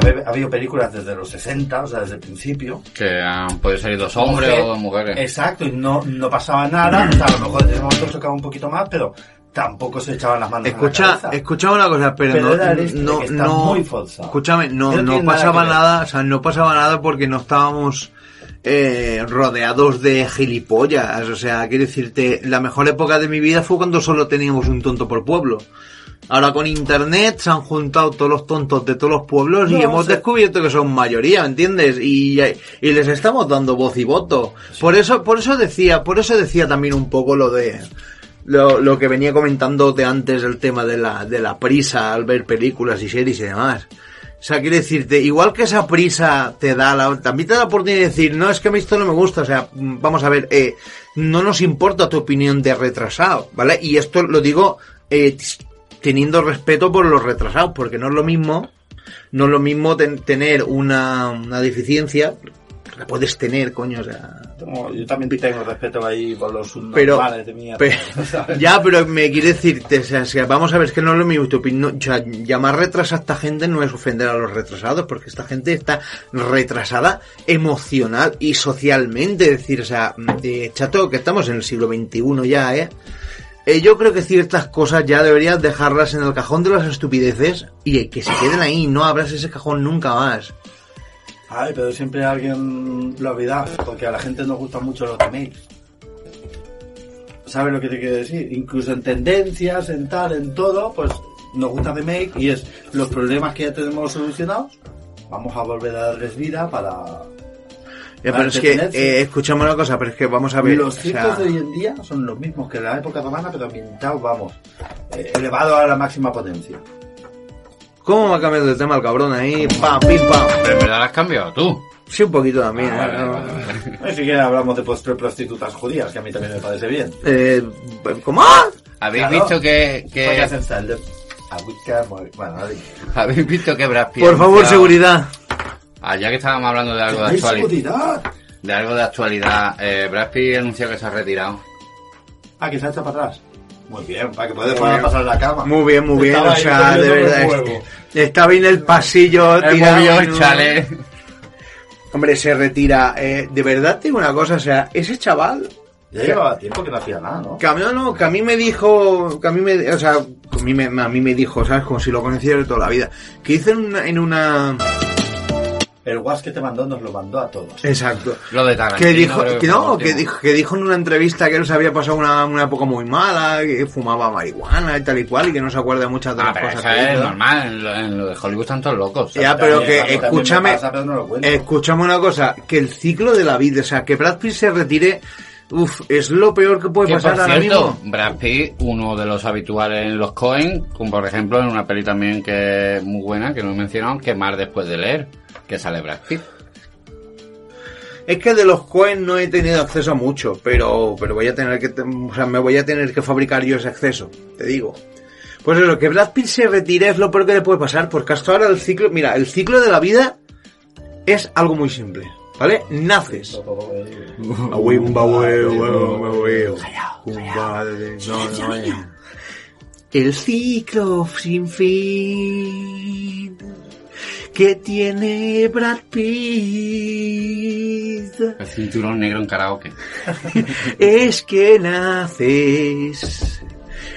que había- Ha habido películas desde los 60, o sea, desde el principio. que han podido salir dos hombres Mujer, o dos mujeres. Exacto, y no, no pasaba nada. O sea, a lo mejor en ese momento chocaba un poquito más, pero tampoco se echaban las manos en la Escucha, cabeza. escucha una cosa, pero Pero no, era el este no, que está no- muy forzado. escúchame, no, No no tiene nada pasaba que ver. nada, o sea, no pasaba nada porque no estábamos eh, rodeados de gilipollas, o sea, quiero decirte, la mejor época de mi vida fue cuando solo teníamos un tonto por pueblo. Ahora con internet se han juntado todos los tontos de todos los pueblos No, y hemos o sea- descubierto que son mayoría, ¿entiendes? Y, y les estamos dando voz y voto. Por eso, por eso decía, por eso decía también un poco lo de lo, lo que venía comentando de antes el tema de la, de la prisa al ver películas y series y demás. O sea, quiero decirte, igual que esa prisa te da la, también te da la oportunidad de decir, no, es que a mí esto no me gusta, o sea, mm, vamos a ver, eh, no nos importa tu opinión de retrasado, ¿vale? Y esto lo digo eh, tis- teniendo respeto por los retrasados, porque no es lo mismo, no es lo mismo ten- tener una, una deficiencia, la puedes tener, coño, o sea, Tengo- yo también tengo respeto ahí por los pero, subnormales de mierda. [laughs] pe- ¿sabes? ya, pero me quiere decirte, o sea, si- vamos a ver, es que no es lo mismo tu opinión, o sea, llamar retrasada a esta gente no es ofender a los retrasados, porque esta gente está retrasada emocional y mm, socialmente, es decir, o sea, eh, chato, que estamos en el siglo XXI ya, eh, Eh, yo creo que ciertas cosas ya deberías dejarlas en el cajón de las estupideces y que se queden ahí, no abras ese cajón nunca más. Eh, Ay, pero siempre alguien lo olvida, porque a la gente nos gustan mucho los emails. ¿Sabes lo que te quiero decir? Incluso en tendencias, en tal, en todo, pues nos gusta de make y es los problemas que ya tenemos solucionados, vamos a volver a darles vida para... Eh, Para pero es que, entretenerse. eh, escuchame una cosa, pero es que vamos a ver. los o circos sea, de hoy en día son los mismos que en la época romana, pero ambientados, vamos, eh, elevados a la máxima [laughs] potencia. ¿Cómo me ha cambiado de tema el cabrón ahí? Pam, pim, pam. Pero en verdad la has cambiado tú. Sí, un poquito también. ¿eh? No. Ni siquiera hablamos de postre prostitutas judías, que a mí también me parece bien. Eh, ¿Cómo? ¡Ah! ¿Habéis Claro. visto que, que- Pues Voy a hacer saldo. A Wicca, muy- bueno, ahí. habéis visto que Brad Pitt Por favor, ha- seguridad. Ah, ya que estábamos hablando de algo de ¡Tenéis actualidad, seguridad! de algo de actualidad, eh, Brad Pitt anunció que se ha retirado. Ah, que se ha echado para atrás. Muy bien, para que puedas pasar la cama. Muy bien, muy bien. Estaba O ahí sea, de perdiendo el verdad. juego. est- Estaba en el pasillo Él tirado movió en el un- chalet. Hombre, se retira. Eh, de verdad te digo una cosa, o sea, ese chaval Ya llevaba tiempo que no hacía nada, ¿no? Que a mí, no, no, que a mí me dijo, que a mí me, o sea, a mí me, a mí me dijo, ¿sabes? Como si lo conociera de toda la vida. Que hice en una, en una, El guas que te mandó nos lo mandó a todos. exacto. Lo de Tarantino. Que dijo, creo que fue lo no, que último. dijo, que dijo en una entrevista que él se había pasado una, una época muy mala, que fumaba marihuana y tal y cual, y que no se acuerda de muchas de Ah, las pero cosas eso que es hizo. normal, en lo, en lo de Hollywood están todos locos. Ya, Ah, pero También, que a mí también me escúchame, eh, pasa, pero no lo cuento. escúchame una cosa, que el ciclo de la vida, o sea, que Brad Pitt se retire, uff, es lo peor que puede Que, pasar por ahora cierto, mismo. Brad Pitt, uno de los habituales en los Cohen, como por ejemplo en una peli también que es muy buena, que no he mencionado, que Mar después de leer, que sale Brad Pitt. Es que de los Cohen no he tenido acceso a mucho, pero, pero voy a tener que, te- o sea, me voy a tener que fabricar yo ese acceso, te digo. Pues eso, que Brad Pitt se retire es lo peor que le puede pasar, porque hasta ahora el ciclo, mira, el ciclo de la vida es algo muy simple, ¿vale? Naces. Ahuey, bumba, ahuey, ahuey, bumba, ahuey. Bumba, de- no, no, eh. El ciclo sin fin que tiene Brad Pitt. El cinturón negro en karaoke. Es que naces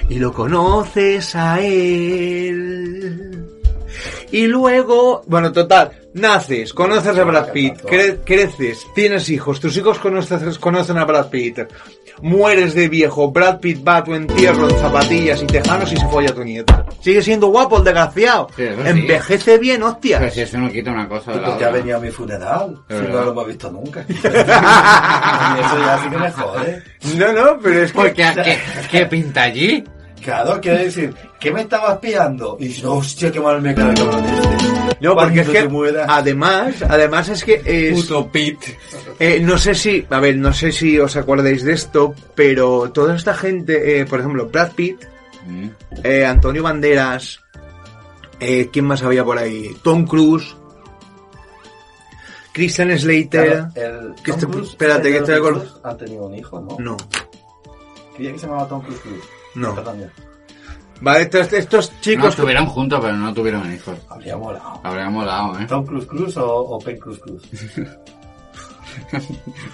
y lo conoces a él. Y luego, bueno, total, naces, conoces a Brad Pitt, cre- creces, tienes hijos, tus hijos conoces, conocen a Brad Pitt, mueres de viejo, Brad Pitt va a tu entierro en zapatillas y tejanos y se folla a tu nieta. Sigue siendo guapo el desgraciado. Sí, eso sí. Envejece bien, hostia. Pero si eso no quita una cosa de la Pues Tú que has otra. venido a mi funeral, si Es no verdad. lo hemos visto [laughs] nunca. Y eso ya sí que me jode. No, no, pero es que... Porque, ¿qué, qué pinta allí? Claro, quiero decir, ¿qué me estabas pillando? Y yo, hostia, qué mal me cae con este. No, porque es Cuando que te mueras. además, además es que es, Pit. Eh, no sé si, a ver, no sé si os acordáis de esto, pero toda esta gente, eh, por ejemplo, Brad Pitt, Mm. eh, Antonio Banderas, eh, ¿quién más había por ahí? Tom Cruise, Christian Slater, Claro, eh. el Que Tom estoy- Cruise, espérate, que el de estoy los de acuerdo. Cruz, Han tenido un hijo, ¿no? no. Creía que se llamaba Tom Cruise. Cruz. No. Está también. Vale, estos, estos No chicos, estuvieron juntos, pero no tuvieron hijos. Habría molado. Habría molado, ¿eh? ¿Tom Cruise Cruz o, o Pen Cruz Cruz? [laughs]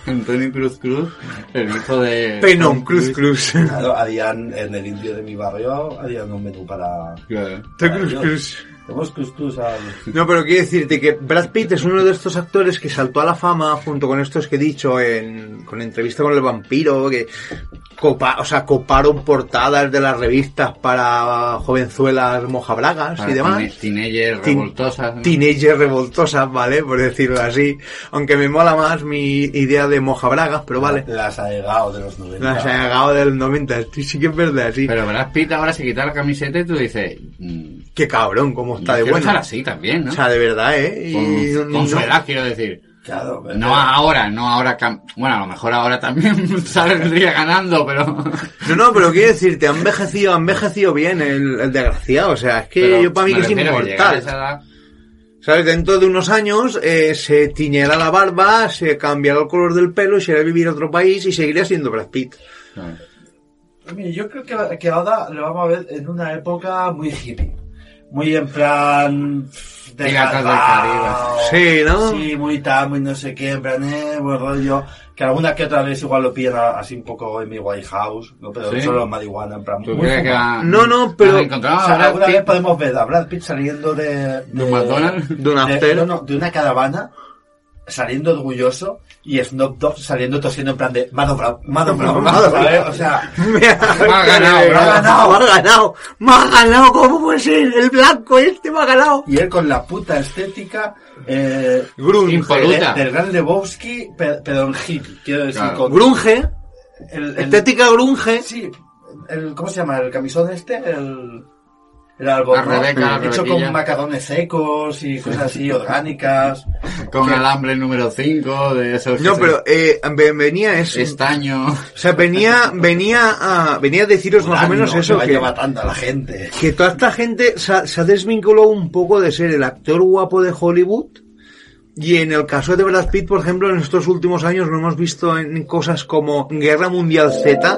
Antonio Cruz Cruz, el hijo de... Penom, Cruz Cruz, [laughs] Claro, harían en el indio de mi barrio, harían un menú para... Claro. Tom Cruise, Cruise. Tenemos Cruz Cruz al... No, pero quiero decirte que Brad Pitt es uno de estos actores que saltó a la fama junto con estos que he dicho en con entrevista con el vampiro, que copa, o sea, coparon portadas de las revistas para jovenzuelas mojabragas Para y demás. tine- Teenagers Tin- revoltosas. ¿no? Teenagers revoltosas, ¿vale? Por decirlo así. Aunque me mola más mi idea de mojabragas, pero vale. Las aegao de los 90. Las ha llegado del 90, sí, sí que es verdad, sí. Pero Brad Pitt ahora se quita la camiseta y tú dices... mm, Qué cabrón, cómo está de yo quiero bueno. estar así también, ¿no? O sea, de verdad, ¿eh? Y- con, con su no. edad, quiero decir. Claro, pero- No ahora, no ahora... cam- Bueno, a lo mejor ahora también [laughs] saldría ganando, pero... No, no, pero quiero decirte, ha envejecido, ha envejecido bien el, el desgraciado. O sea, es que pero yo para mí me que es refiero llegar a esa inmortal. edad- ¿Sabes? Dentro de unos años eh, se tiñerá la barba, se cambiará el color del pelo, se irá a vivir a otro país y seguirá siendo Brad [laughs] Pitt. Pues Mira, Yo creo que, que ahora lo vamos a ver en una época muy hippie. muy en plan. Piratas del desgarbado. Caribe. Sí, ¿no? Sí, muy tal, muy no sé qué, en plan, eh, buen rollo. Que alguna que otra vez igual lo pierda así un poco en mi White House, ¿no? Pero Sí. solo en marihuana, en plan. ¿Tú muy crees que fumado. la- No, no, la pero- O encontramos sea, a Brad alguna Pitt? vez podemos ver a Brad Pitt saliendo de. ¿De un McDonald's? De un after. no, no, de una caravana, saliendo orgulloso, y Snoop Dogg saliendo tosiendo en plan de. Mado Bravo, [laughs] Mado Bravo, Mado Bravo". ¿sabes? O sea. Me ha, [laughs] Me ha ganado, me me ha ha ganado, me ha ganado, me ha ganado, ¿cómo puede ser? El blanco este me ha ganado. Y él con la puta estética. Eh, Grunge. Impor- de- Absoluta. del gran Lebowski, pe- pero en hippie, quiero decir, Claro. con Grunge, el, el- estética grunge. Sí, el, ¿cómo se llama? El camisón este, el, el algodón, La Rebeca, la hecho Rebequilla. con macarrones secos y cosas así, orgánicas. Con alambre número 5 de esos... No, que "Este pero eh, ve- venía eso. se- [laughs] Estaño... O sea, venía, venía a, venía a deciros más o Urano, menos eso. que que- vaya matando a la gente. que toda esta gente se ha, se ha desvinculado un poco de ser el actor guapo de Hollywood. Y en el caso de Brad Pitt, por ejemplo, en estos últimos años lo hemos visto en cosas como Guerra Mundial Z,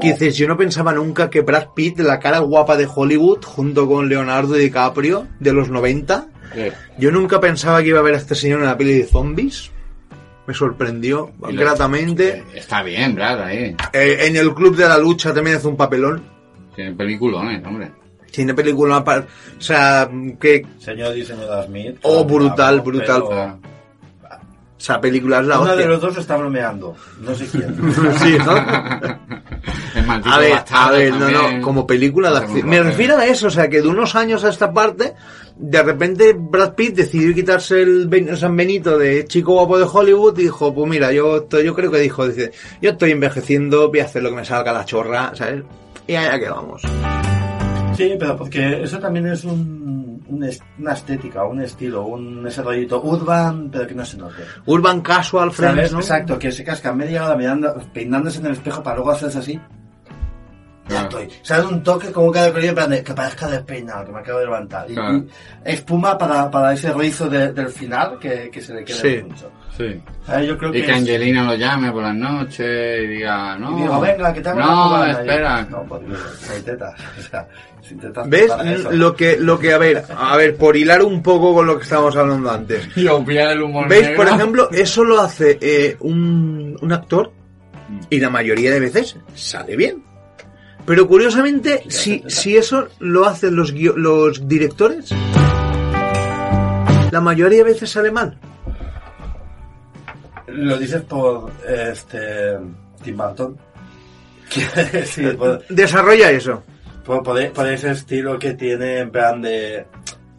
que dices, yo no pensaba nunca que Brad Pitt, la cara guapa de Hollywood, junto con Leonardo DiCaprio, de los 90, eh, yo nunca pensaba que iba a ver a este señor en la peli de zombies. Me sorprendió Y lo- gratamente. Está bien, Brad, ahí. Eh, en el Club de la Lucha también hace un papelón. Tiene peliculones, hombre. Tiene película, pa- o sea, que, Señor diseñador Smith. Oh, brutal, Pero- brutal. O sea, película es la Uno de hostia. los dos está bromeando, no sé quién. [laughs] Sí, ¿no? El maldito A ver, a bastardo ver, no, también. no, como película de acción. Hacemos Me rock, refiero a eso, o sea, que de unos años a esta parte, de repente Brad Pitt decidió quitarse el Ben- San Benito de chico guapo de Hollywood y dijo, pues mira, yo estoy- yo creo que dijo, dice, yo estoy envejeciendo, voy a hacer lo que me salga la chorra, ¿sabes? Y allá que vamos. Sí, pero porque eso también es un, un es- una estética, un estilo, un ese rollito urban, pero que no se note. Urban Casual Friends, ¿Sabes? ¿no? Exacto, que se cascan media hora mirando, peinándose en el espejo para luego hacerse así. Ya Claro. estoy. Se da un toque como cada colillo en plan de que parezca despeinado, que me acabo de levantar. Y, Claro. y espuma para, para ese rizo de- del final que, que se le queda Sí. mucho. Sí. ¿Sabes? Yo creo Y que. que es- Angelina lo llame por las noches y diga, y no. digo, venga, que te hago una No, cubana". Y- espera. No, porque hay tetas. [laughs] O sea, sin tetas. ¿Ves? para eso. Lo que, lo que, a ver, a ver, por hilar un poco con lo que estábamos hablando antes. Y obviar el humor ¿Veis? negro. Por ejemplo, eso lo hace eh, un, un actor Mm. y la mayoría de veces sale bien. Pero curiosamente, si, si eso lo hacen los, guio- los directores, la mayoría de veces sale mal. Lo dices por este. Tim Burton. [laughs] sí, por, Desarrolla eso. Por, por e- por ese estilo que tiene en plan de...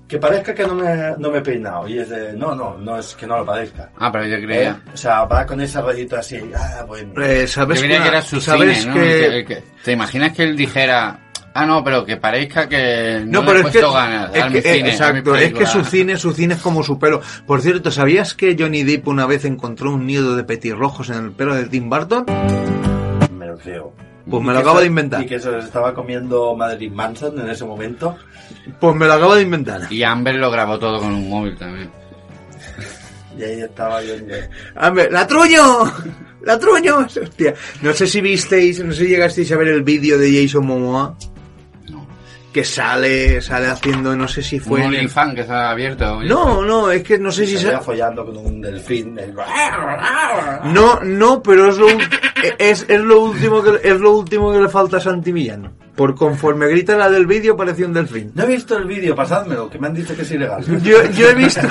Que parezca que no me, no me he peinado. Y es de... No, no, no es que no lo parezca. Ah, pero yo creía. Eh, O sea, va con ese rollito así. Ah, bueno. Eh, ¿Sabes Yo creía una- que era su sabes cine, ¿no? que- El que- el que- ¿Te imaginas que él dijera, ah, no, pero que parezca que no, No, le he pero es que, puesto ganas es al que- mi cine, a mi exacto, es que película"? su cine, su cine es como su pelo. Por cierto, ¿sabías que Johnny Depp una vez encontró un nido de petirrojos en el pelo de Tim Burton? Me lo creo. Pues me Y lo que acabo eso- de inventar. Y que eso les estaba comiendo Madeline Manson en ese momento. Pues me lo acabo de inventar. Y Amber lo grabó todo con un móvil también. Y ahí estaba yo. en- A ver, ¡La truño! ¡La truño! Hostia. No sé si visteis, no sé si llegasteis a ver el vídeo de Jason Momoa. No. Que sale, sale haciendo, no sé si fue... un en Pues el- OnlyFans que se ha abierto. oye. No, no, es que no sé Y si... se sa- veía follando con un delfín. el- No, no, pero es lo, ul- e-, es, es lo último que es lo último que le falta a Santi Millán. Por conforme grita la del vídeo parecía un delfín. No he visto el vídeo, pasádmelo, que me han dicho que es ilegal. [laughs] Yo, yo he visto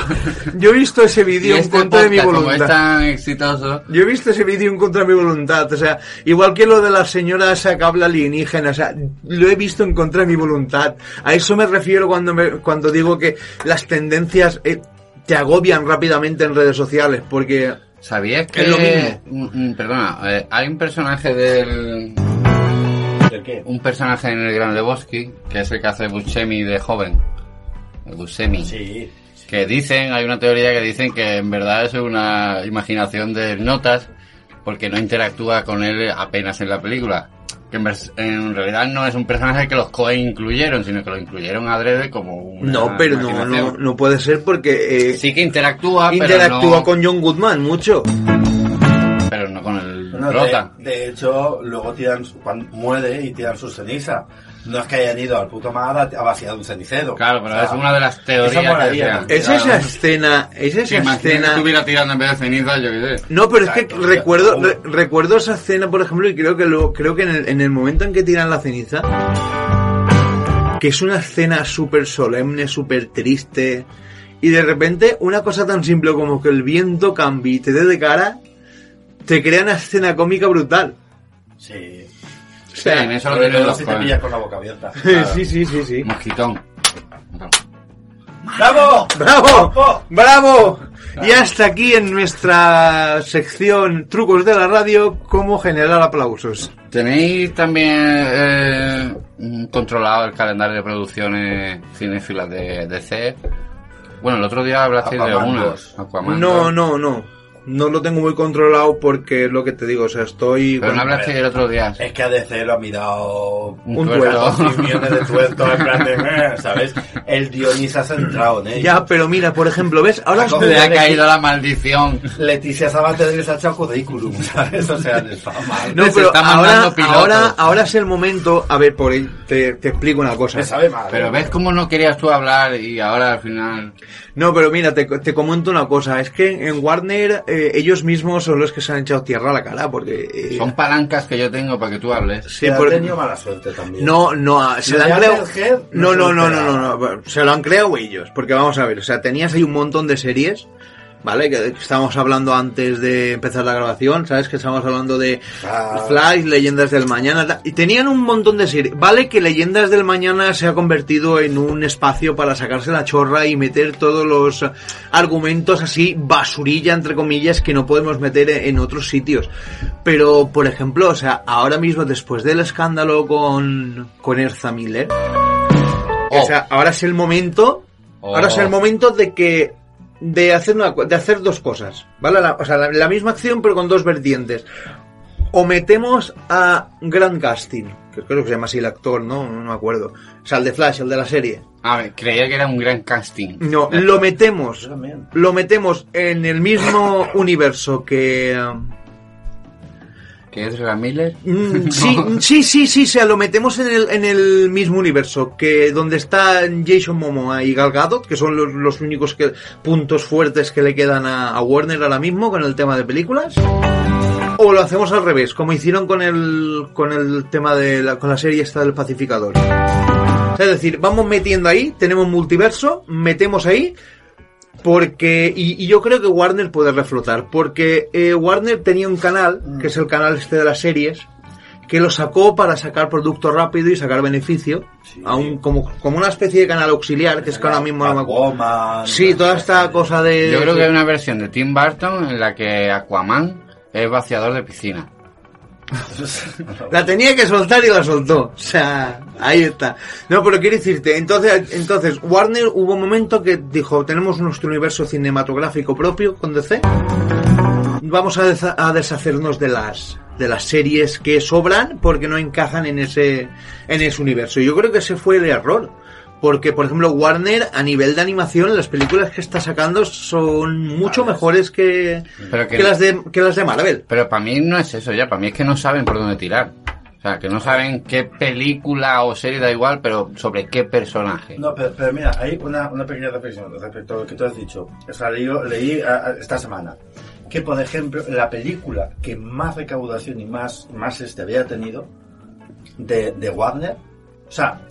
yo he visto ese Y vídeo en este contra de mi podcast, como es voluntad. tan exitoso, Yo he visto ese vídeo en contra de mi voluntad, o sea, igual que lo de la señora esa que habla alienígena, o sea, lo he visto en contra de mi voluntad. A eso me refiero cuando me, cuando digo que las tendencias eh, te agobian rápidamente en redes sociales, porque ¿sabías que... Es lo mismo. Mm, mm, Perdona, eh, hay un personaje del... ¿De qué? Un personaje en el Gran Lebowski, que es el que hace Buscemi de joven. El Buscemi. Sí. que dicen, hay una teoría que dicen que en verdad es una imaginación de notas porque no interactúa con él apenas en la película. Que en, vers- en realidad no es un personaje que los Cohen incluyeron, sino que lo incluyeron adrede como una no, pero no, no, imaginación. no puede ser porque eh, Sí que interactúa, interactúa pero, no, con John Goodman mucho. pero no con el Bueno, prota. de, de hecho, luego tiran, su- cuando muere y tiran su ceniza. No es que hayan ido al puto Mada a vaciar un cenicero. Claro, pero O sea, es una de las teorías eso que molaría, decían. ¿no? Es esa escena, es Si esa imagínate que escena. estuviera tirando en vez de ceniza, yo qué sé. No, pero es que Exacto, recuerdo, claro. re- recuerdo esa escena, por ejemplo, y creo que lo, creo que en el, en el momento en que tiran la ceniza, que es una escena súper solemne, súper triste, y de repente una cosa tan simple como que el viento cambie y te dé de cara, te crea una escena cómica brutal. Sí. O sea, Sí, en eso lo Sobre tienen todo los si te co- pillas con la boca [laughs] abierta. [laughs] sí, sí, sí, sí. Mosquitón. ¡Bravo! ¡Bravo! ¡Bravo! Y hasta aquí en nuestra sección Trucos de la Radio, cómo generar aplausos. ¿Tenéis también eh, mm, controlado el calendario de producciones cinéfilas de DC? Bueno, el otro día hablasteis de Aquaman una. 2. Aquaman No, 2. no, no. No lo tengo muy controlado porque es lo que te digo, o sea, estoy... Pero no hablasteis el otro día. Es que ADC lo ha mirado [laughs] un tuerto. 14 [laughs] millones de tuertos en plan de, "Eh", ¿sabes? El Dionis ha centrado en ello. Ya, pero mira, por ejemplo, ¿ves? Ahora Ha os- cogido- [laughs] Le ha caído la maldición. Leticia Sabater se ha hecho currículum, ¿sabes? O sea, no está mal. No, se pero está ahora, mandando pilotos. ahora, ahora es el momento... A ver, por ahí te, te explico una cosa. Me sabe mal. Pero ¿eh? ves cómo no querías tú hablar y ahora al final... No, pero mira, te, te comento una cosa. Es que en Warner eh, ellos mismos son los que se han echado tierra a la cara porque... eh, Son palancas que yo tengo para que tú hables. sí, Que ha por- tenido mala suerte también. No, no, ah, se Lo lo de han creado. Applehead no No, se no, lo no, no, esperaba. no, no, se lo han creado ellos, porque vamos a ver, o sea, tenías ahí un montón de series, ¿vale? Que estábamos hablando antes de empezar la grabación, ¿sabes? Que estábamos hablando de Ah. Flash, Leyendas del Mañana, ta- y tenían un montón de series. Vale que Leyendas del Mañana se ha convertido en un espacio para sacarse la chorra y meter todos los argumentos así, basurilla, entre comillas, que no podemos meter en otros sitios. Pero, por ejemplo, o sea, ahora mismo, después del escándalo con, con Erza Miller, Oh. o sea, ahora es el momento. Oh. Ahora es el momento de que. De hacer, una, co- de hacer dos cosas, ¿vale? La- o sea, la, la misma acción pero con dos vertientes. O metemos a Grand Casting, que creo que se llama así el actor, ¿no? No me acuerdo. O sea, el de Flash, el de la serie. A ver, creía que era un gran casting. No, lo metemos. Yo también. Lo metemos en el mismo universo que... eh, ¿Que es Ramírez? Mm, sí, sí, sí, sí, o sea, lo metemos en el, en el mismo universo que donde están Jason Momoa y Gal Gadot, que son los, los únicos que, puntos fuertes que le quedan a, a Warner ahora mismo con el tema de películas. O lo hacemos al revés, como hicieron con el, con el tema de la, con la serie esta del pacificador. O sea, Es decir, vamos metiendo ahí, tenemos multiverso, metemos ahí, porque, y, y yo creo que Warner puede reflotar, porque eh, Warner tenía un canal, que es el canal este de las series, que lo sacó para sacar producto rápido y sacar beneficio, a un- como, como una especie de canal auxiliar, que es que ahora mismo no me acuerdo. Batwoman, Sí, toda esta cosa de... Yo creo que hay una versión de Tim Burton en la que Aquaman es vaciador de piscina. [laughs] La tenía que soltar y la soltó. O sea, ahí está. No, pero quiero decirte, entonces, entonces, Warner hubo un momento que dijo, tenemos nuestro universo cinematográfico propio con DC. Vamos a, desa- a deshacernos de las de las series que sobran porque no encajan en ese en ese universo. Y yo creo que ese fue el error. Porque, por ejemplo, Warner, a nivel de animación, las películas que está sacando son mucho mejores que, Pero que- que las de, que las de Marvel. Pero para mí no es eso ya, para mí es que no saben por dónde tirar. O sea, que no saben qué película o serie da igual, pero sobre qué personaje. No, pero, pero mira, hay una, una pequeña reflexión respecto a lo que tú has dicho. O sea, leí, leí a- a- esta semana que, por ejemplo, la película que más recaudación y más, más este había tenido de, de Warner, o sea,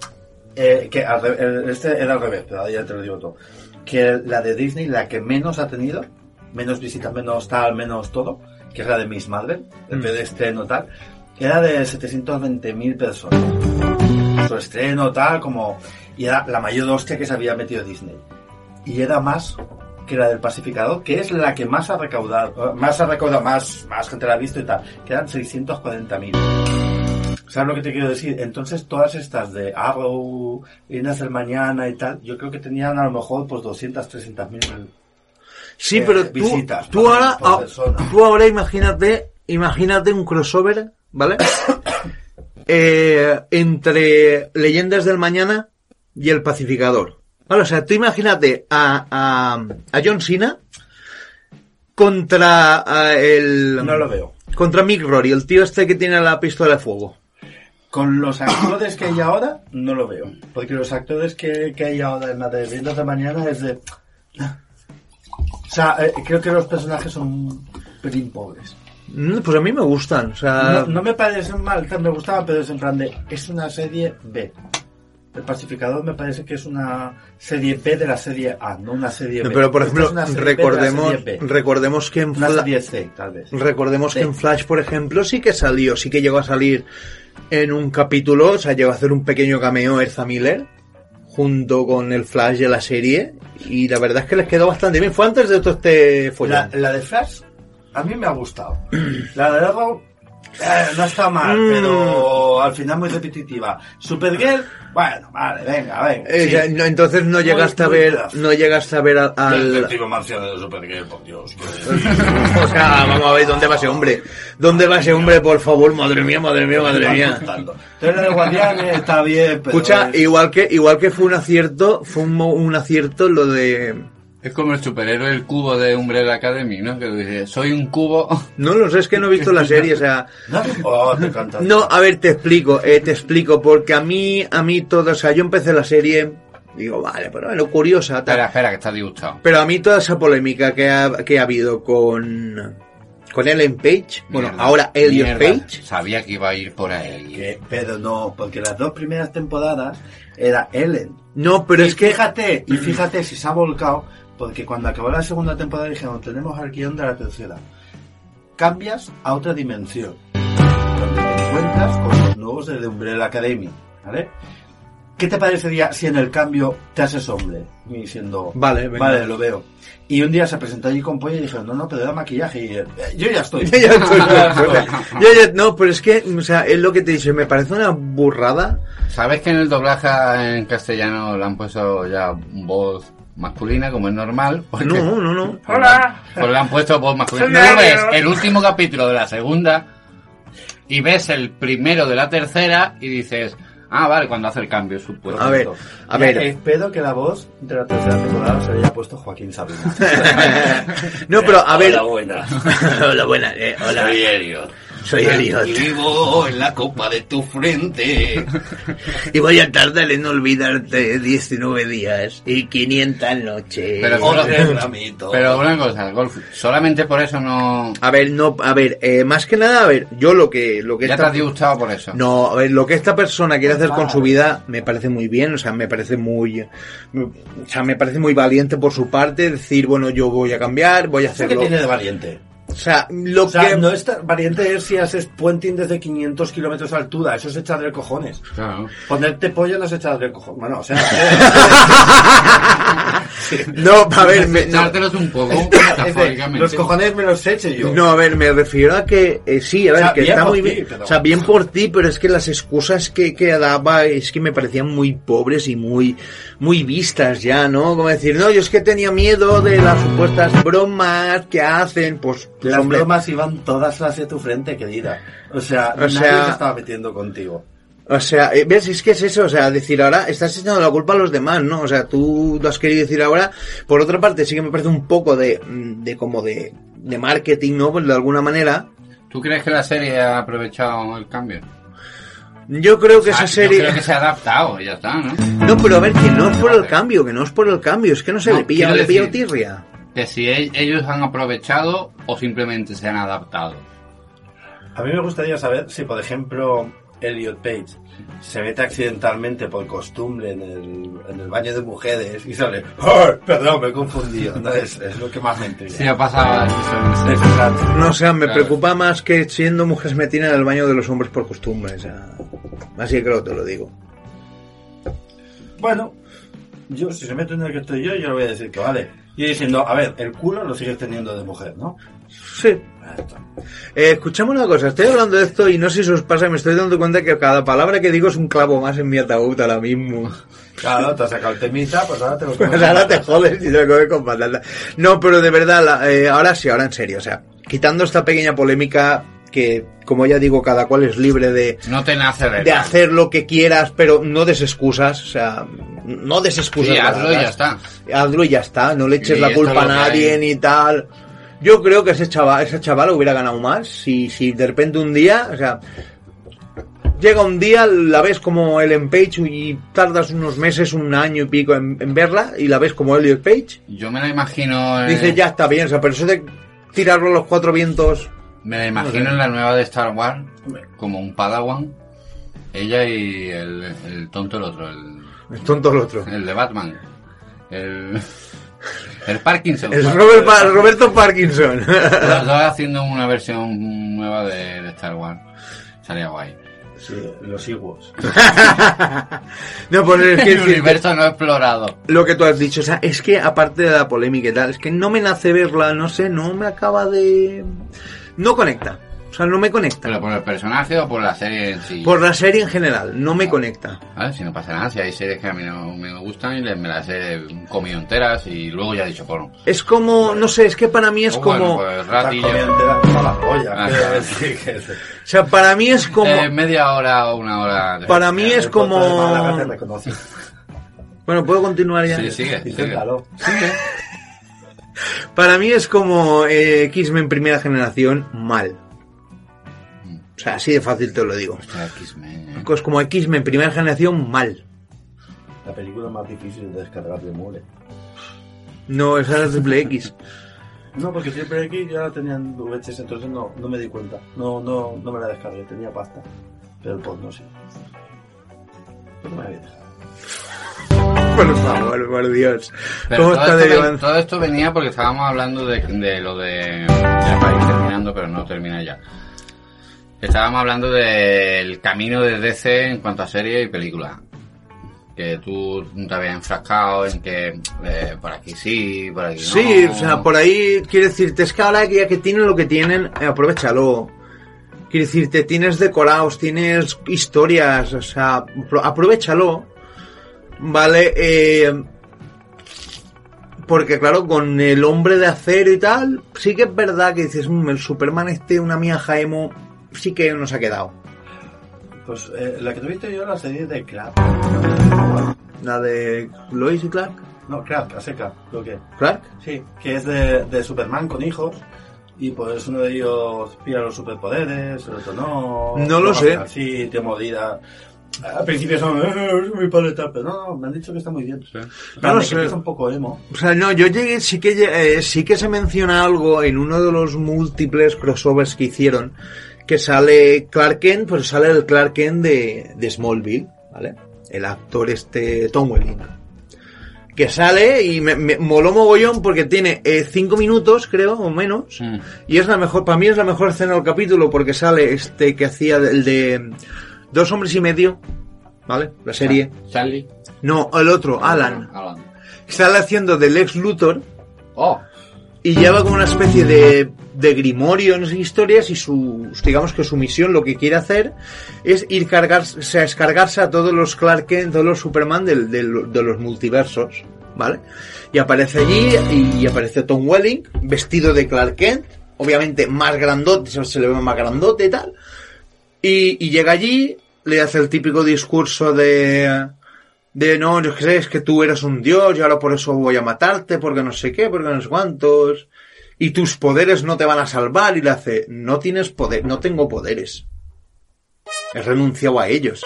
eh, que al re- el- este era al revés, pero ahora ya te lo digo todo, que la de Disney, la que menos ha tenido, menos visitas, menos tal, menos todo, que es la de Miss Marvel, el de estreno tal, era de 720.000 personas su estreno, tal, como. Y era la mayor hostia que se había metido Disney. Y era más que la del Pacificador, que es la que más ha recaudado, eh, más ha recaudado, más, más gente la ha visto y tal. Quedan 640.000. ¿Sabes lo que te quiero decir? Entonces, todas estas de Arrow, Líneas del Mañana y tal, yo creo que tenían a lo mejor pues 200, 300 mil. Sí, eh, pero tú, visitas tú por- ahora, por ah, persona. tú ahora imagínate, imagínate un crossover, [coughs] ¿vale? Eh, entre Leyendas del Mañana y El Pacificador. Vale, o sea, tú imagínate a, a, a John Cena contra a, el No lo veo. contra Mick Rory, el tío este que tiene la pistola de fuego. Con los actores que hay ahora, no lo veo. Porque los actores que, que hay ahora en la de Vientos de Mañana es de... O sea, eh, creo que los personajes son un pelín pobres. Mm, Pues a mí me gustan, o sea... No, no me parecen mal, tal, me gustaban, pero es en plan de... Es una serie B. El Pacificador me parece que es una serie B de la serie A, no una serie B. Pero por Esta ejemplo, es una serie B de la recordemos, serie B. recordemos que en Una Fla- serie C, tal vez. Recordemos que Sí. en Flash, por ejemplo, sí que salió, sí que llegó a salir en un capítulo, o sea, llegó a hacer un pequeño cameo Ezra Miller junto con el Flash de la serie y la verdad es que les quedó bastante bien. Fue antes de todo este La, follón. la de Flash a mí me ha gustado. [clears throat] La de Arrow eh, no está mal, Mm. pero al final muy repetitiva. Supergirl, bueno, vale, venga, venga. Eh, sí. ya, no, entonces no Muy- llegaste a muy ver, tough. no llegaste a ver a- al, marciano de Supergirl, por Dios. o sea, vamos a ver dónde va ese hombre, dónde va ese hombre, por favor, madre mía, madre mía, [laughs] madre mía. Entonces la de Guardianes está bien, pero... Escucha, es- igual que igual que fue un acierto, fue un, mo- un acierto lo de Es como el superhéroe el cubo de Umbrella Academy, ¿no? Que dice, soy un cubo. no lo sé, es que no he visto la serie, o sea, ¿No? Oh, te encanta. No, a ver, te explico, eh, te explico, porque a mí, a mí todo, o sea, yo empecé la serie, digo, vale, pero bueno, curiosa, [laughs] tal. Espera, espera, que está disgustado. Pero a mí toda esa polémica que ha, que ha habido con, con Ellen Page, bueno, Mierda, ahora Elliot mierda. Page, Sabía que iba a ir por ahí. Que- Eh, pero no, porque las dos primeras temporadas era Ellen. no, pero y es que, Fíjate, y fíjate si se ha volcado, porque cuando acabó la segunda temporada dijeron, tenemos al guión de la tercera. Cambias a otra dimensión, donde te encuentras con los nuevos de The Umbrella Academy, ¿vale? ¿Qué te parecería si en el cambio te haces hombre? Y diciendo, Vale, venga. vale, lo veo. Y un día se presentó allí con pollo y dijeron, no, no, pero era maquillaje. Y él, "Eh, yo ya [laughs] estoy. [laughs] Ya, [laughs] ya estoy, ya estoy. Ya, ya, no, pero es que, o sea, es lo que te dice, me parece una burrada. ¿Sabes que en el doblaje en castellano le han puesto ya voz masculina, como es normal? Porque- No, [laughs] no, no. Hola. Pues le han puesto voz masculina. No lo ves el último capítulo de la segunda y ves el primero de la tercera y dices, ah, vale, cuando hace el cambio, supuesto. A ver, a Ya eh, ver. Espero que la voz de la tercera temporada se la haya puesto Joaquín Sabina. [laughs] No, pero a ver. buena. [laughs] Hola, buena, eh, hola, Elliot. soy Elliot. vivo en la copa de tu frente. Y voy a tardar en olvidarte 19 días y 500 noches. Pero- [laughs] ramito. Pero una cosa, Golf, solamente por eso no... a ver, no, a ver, eh, más que nada, a ver, yo lo que, lo que Ya te esta- has disgustado por eso. no, a ver, lo que esta persona quiere hacer con su vida me parece muy bien, o sea, me parece muy, o sea, me parece muy valiente por su parte decir, bueno, yo voy a cambiar, voy a ¿Eso que hacerlo. tiene de valiente? O sea, lo O sea, que no es tan- variante es si haces puenting desde 500 kilómetros de altura. Eso es echar de cojones. Claro. Ponerte pollo no es echar de cojones. Bueno, o [laughs] sea... no, a ver, me- no, Echártelos un poco, es de, metafóricamente. los cojones me los eche yo. No, a ver, me refiero a que eh, sí, a ver, sea, que bien está por muy ti, bien. pero- O sea, bien por ti, pero es que las excusas que, que daba es que me parecían muy pobres y muy, muy vistas ya, ¿no? Como decir, no, yo es que tenía miedo de las supuestas bromas que hacen, pues, pues, Las hombre. bromas iban todas hacia tu frente, querida. O sea, O nadie sea- se estaba metiendo contigo. O sea, eh, ves, es que es eso, o sea, decir ahora estás echando la culpa a los demás, ¿no? O sea, tú lo has querido decir ahora. Por otra parte, sí que me parece un poco de, mm, de como de, de marketing, ¿no? Pues de alguna manera. ¿Tú crees que la serie ha aprovechado el cambio? Yo creo que Ah, esa yo serie... creo que se ha adaptado, ya está, ¿no? No, pero a ver, que no es por el cambio, que no es por el cambio, es que no se No, le pilla, no quiero le pilla decir- tirria. Que si e- ellos han aprovechado o simplemente se han adaptado. A mí me gustaría saber si, por ejemplo, Elliot Page se mete accidentalmente por costumbre en el, en el baño de mujeres y sale, "Ay, perdón, me he confundido. No, es, es lo que más me intriga. Sí, ha pasado eso. Es frustrante. No, o sea, me Claro. preocupa más que siendo mujer se metían en el baño de los hombres por costumbre, o sea, así que claro te lo digo. Bueno, yo si se mete en el que estoy yo, yo le voy a decir que vale. Y diciendo, a ver, el culo lo sigues teniendo de mujer, ¿no? Sí. Eh, escuchamos una cosa, estoy hablando de esto y no sé si os pasa, me estoy dando cuenta que cada palabra que digo es un clavo más en mi ataúd ahora mismo. [laughs] Claro, te has sacado el temita, pues ahora te lo Pues ahora te jodes y te lo comes con patata. No, pero de verdad, la- eh, ahora sí, ahora en serio, o sea, quitando esta pequeña polémica que, como ya digo, cada cual es libre de, No te nace de verdad. hacer lo que quieras, pero no des excusas, o sea, no des excusas. Sí, hazlo y ya baratas. está. Hazlo y ya está, no le eches Y la esto culpa a es lo que nadie hay. ni tal. Yo creo que ese chaval, ese chaval hubiera ganado más si, si de repente un día, o sea, Llega un día, la ves como Ellen Page y tardas unos meses, un año y pico en, en verla y la ves como Elliot Page. Yo me la imagino. en- Dices, ya está bien, o sea, pero eso de tirarlo a los cuatro vientos... Me la imagino en la nueva de Star Wars como un Padawan. Ella y el, el tonto el otro, el, Es tonto el otro. el de Batman. El, [laughs] el Parkinson. El Robert Pa- Roberto Parkinson. [laughs] Los dos haciendo una versión nueva de, de Star Wars. Salía guay. Sí, los higos. no, pues [laughs] es que- El universo no explorado. lo que tú has dicho, o sea, es que aparte de la polémica y tal, es que no me nace verla, no sé, no me acaba de... No conecta, o sea, no me conecta. ¿Pero por el personaje o por la serie en sí? Por la serie en general, no me conecta. Vale, si no pasa nada, si hay series que a mí no me gustan y le- me las he comido enteras y luego ya he dicho porno. Es como, no sé, es que para mí es Oh, bueno, como... pues, Estás ratillo. comiendo la toda la Ah, polla. quiero claro. decir que es- O sea, para mí es como... Eh, media hora o una hora. de- Para mí es el puerto de Málaga te como... reconoce. Bueno, puedo continuar ya. Sí, sigue, sigue. Inténtalo. Para mí es como eh, X-Men primera generación mal. O sea, así de fácil te lo digo. Hostia, X-Men, eh. Es como X-Men primera generación mal. La película más difícil de descargar de Mule. No, esa es triple X. No, porque siempre aquí ya tenían VHS, entonces no, no me di cuenta. No, no, no me la descargué, tenía pasta. Pero el pod no sí. Pero no me había dejado. Por favor, por Dios. Pero ¿Cómo todo, está esto, ven- derivando? todo esto venía porque estábamos hablando de, de lo de... Ya para ir terminando, pero no termina ya. Estábamos hablando del camino de DC en cuanto a serie y película. Que tú te habías enfrascado en que eh, por aquí sí, por aquí no. Sí, o sea, por ahí quiero decirte, es que ahora que ya que tienen lo que tienen, eh, aprovechalo. Quiero decirte, tienes decorados, tienes historias, o sea, apro- aprovechalo. Vale, eh, porque claro, con el hombre de acero y tal, sí que es verdad que dices, "Mm, el Superman este, una mía Jaemo, sí que nos ha quedado. Pues eh, la que tuviste yo la serie de Crap. La de Lois y Clark. No, Crap, a seca, lo que. Clark. Sí, que es de, de Superman con hijos. Y pues uno de ellos pilla los superpoderes, el otro no. No lo Toma sé. Sí, te modida. Al principio son, "Eh, mi padre tal", pero no, no, me han dicho que está muy bien. No Vale, lo que sé. empieza un poco emo. O sea, no, yo llegué, sí que, lle- eh, sí que se menciona algo en uno de los múltiples crossovers que hicieron, que sale Clark Kent, pues sale el Clark Kent de, de Smallville, ¿vale? El actor este, Tom Welling. Que sale y me, me moló mogollón porque tiene eh, cinco minutos, creo, o menos, Mm. y es la mejor, para mí es la mejor escena del capítulo porque sale este que hacía el de Dos Hombres y Medio, ¿vale? La serie. Charlie. No, el otro, Alan. Alan. Sale haciendo del ex Luthor Oh, y lleva como una especie de, de grimorio en sus historias y su, digamos que su misión, lo que quiere hacer es ir cargarse, o sea, descargarse a todos los Clark Kent, todos los Superman del- del- de los multiversos, ¿vale? Y aparece allí y, aparece Tom Welling vestido de Clark Kent, obviamente más grandote, se- se le ve más grandote y tal, y, y llega allí, le hace el típico discurso de... De no, yo sé, es que tú eres un dios y ahora por eso voy a matarte, porque no sé qué, porque no sé cuántos. Y tus poderes no te van a salvar. Y le hace, no tienes poder, no tengo poderes. He renunciado a ellos.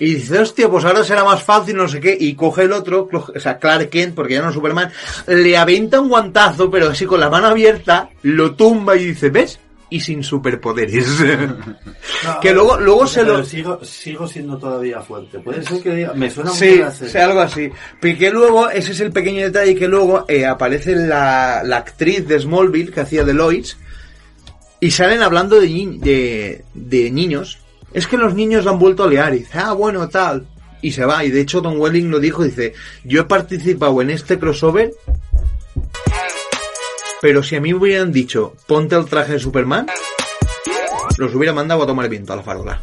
Y dice, hostia, pues ahora será más fácil, no sé qué. Y coge el otro, coge- o sea, Clark Kent, porque ya no es Superman, le aventa un guantazo, pero así con la mano abierta, lo tumba y dice, ¿ves? Y sin superpoderes. [laughs] No, Que luego- luego se pero lo- Sigo, sigo siendo todavía fuerte. Puede ser que diga- me suena Sí, muy la serie. sí, algo así. Pero que luego, ese es el pequeño detalle, que luego eh, aparece la, la actriz de Smallville que hacía de Lois y salen hablando de, ni- de, de niños. Es que los niños han vuelto a liar y dice, ah, bueno, tal. Y se va. Y de hecho Don Welling lo dijo, dice, yo he participado en este crossover, pero si a mí me hubieran dicho, ponte el traje de Superman, los hubiera mandado a tomar viento a la farola.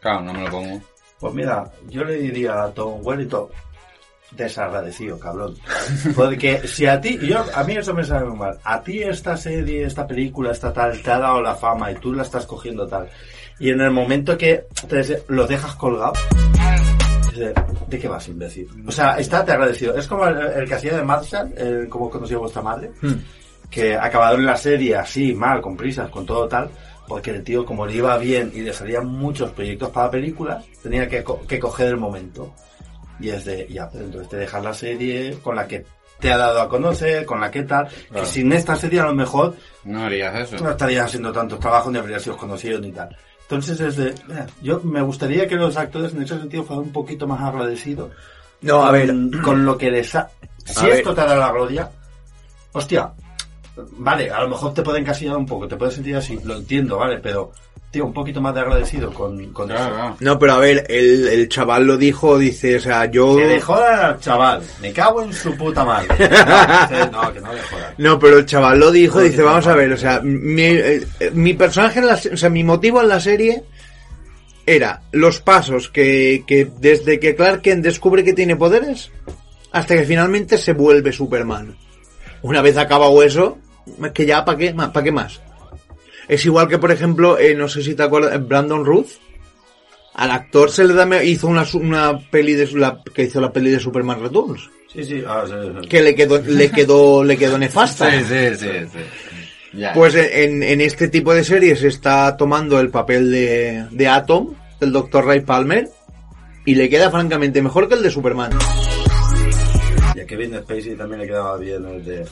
claro, no me lo pongo. Pues mira, yo le diría a Tom Wellington desagradecido, cabrón. Porque si a ti, yo, a mí eso me sabe muy mal. A ti esta serie, esta película, esta tal, te ha dado la fama y tú la estás cogiendo tal. Y en el momento que te des- lo dejas colgado, dices, ¿de qué vas, imbécil? O sea, estate agradecido. Es como el, el que hacía de Marshall, el como conocí a vuestra madre, que acabado en la serie así, mal, con prisas, con todo tal, porque el tío, como le iba bien y le salían muchos proyectos para películas, tenía que, co- que coger el momento. Y es de, ya, pues entonces te dejas la serie con la que te ha dado a conocer, con la que tal, que sin esta serie a lo mejor No harías no eso. estarías haciendo tantos trabajos, ni habrías sido conocido ni tal. Entonces es de, mira, yo me gustaría que los actores en ese sentido fueran un poquito más agradecidos. No, a ver. Con, con lo que les ha... Si ver. esto te da la gloria, hostia, vale, a lo mejor te puede encasillar un poco, te puedes sentir así, lo entiendo, vale, pero, tío, un poquito más de agradecido con, con Claro, eso. claro. No, pero a ver, el, el chaval lo dijo, dice, o sea, yo... Que le jodan al chaval, me cago en su puta [laughs] madre. Entonces, No, que no le jodan. No, pero el chaval lo dijo, No, dice, que vamos no. a ver, o sea, mi, eh, eh, mi personaje en la, se- o sea, mi motivo en la serie era los pasos que, que desde que Clark Kent descubre que tiene poderes hasta que finalmente se vuelve Superman. Una vez acabado eso, es que ya, ¿para qué, más- ¿pa' qué más? Es igual que, por ejemplo, eh, no sé si te acuerdas, eh, Brandon Ruth. Al actor se le da, me- hizo una, su- una peli de, su- la, que hizo la peli de Superman Returns. Sí, sí, ah, sí, sí. Que le quedó, le quedó, le quedó nefasta. Sí, sí, sí, sí. Ya. Pues en, en este tipo de series está tomando el papel de, de Atom, del Dr. Ray Palmer, y le queda francamente mejor que el de Superman. Y a Kevin Spacey también le quedaba bien el de,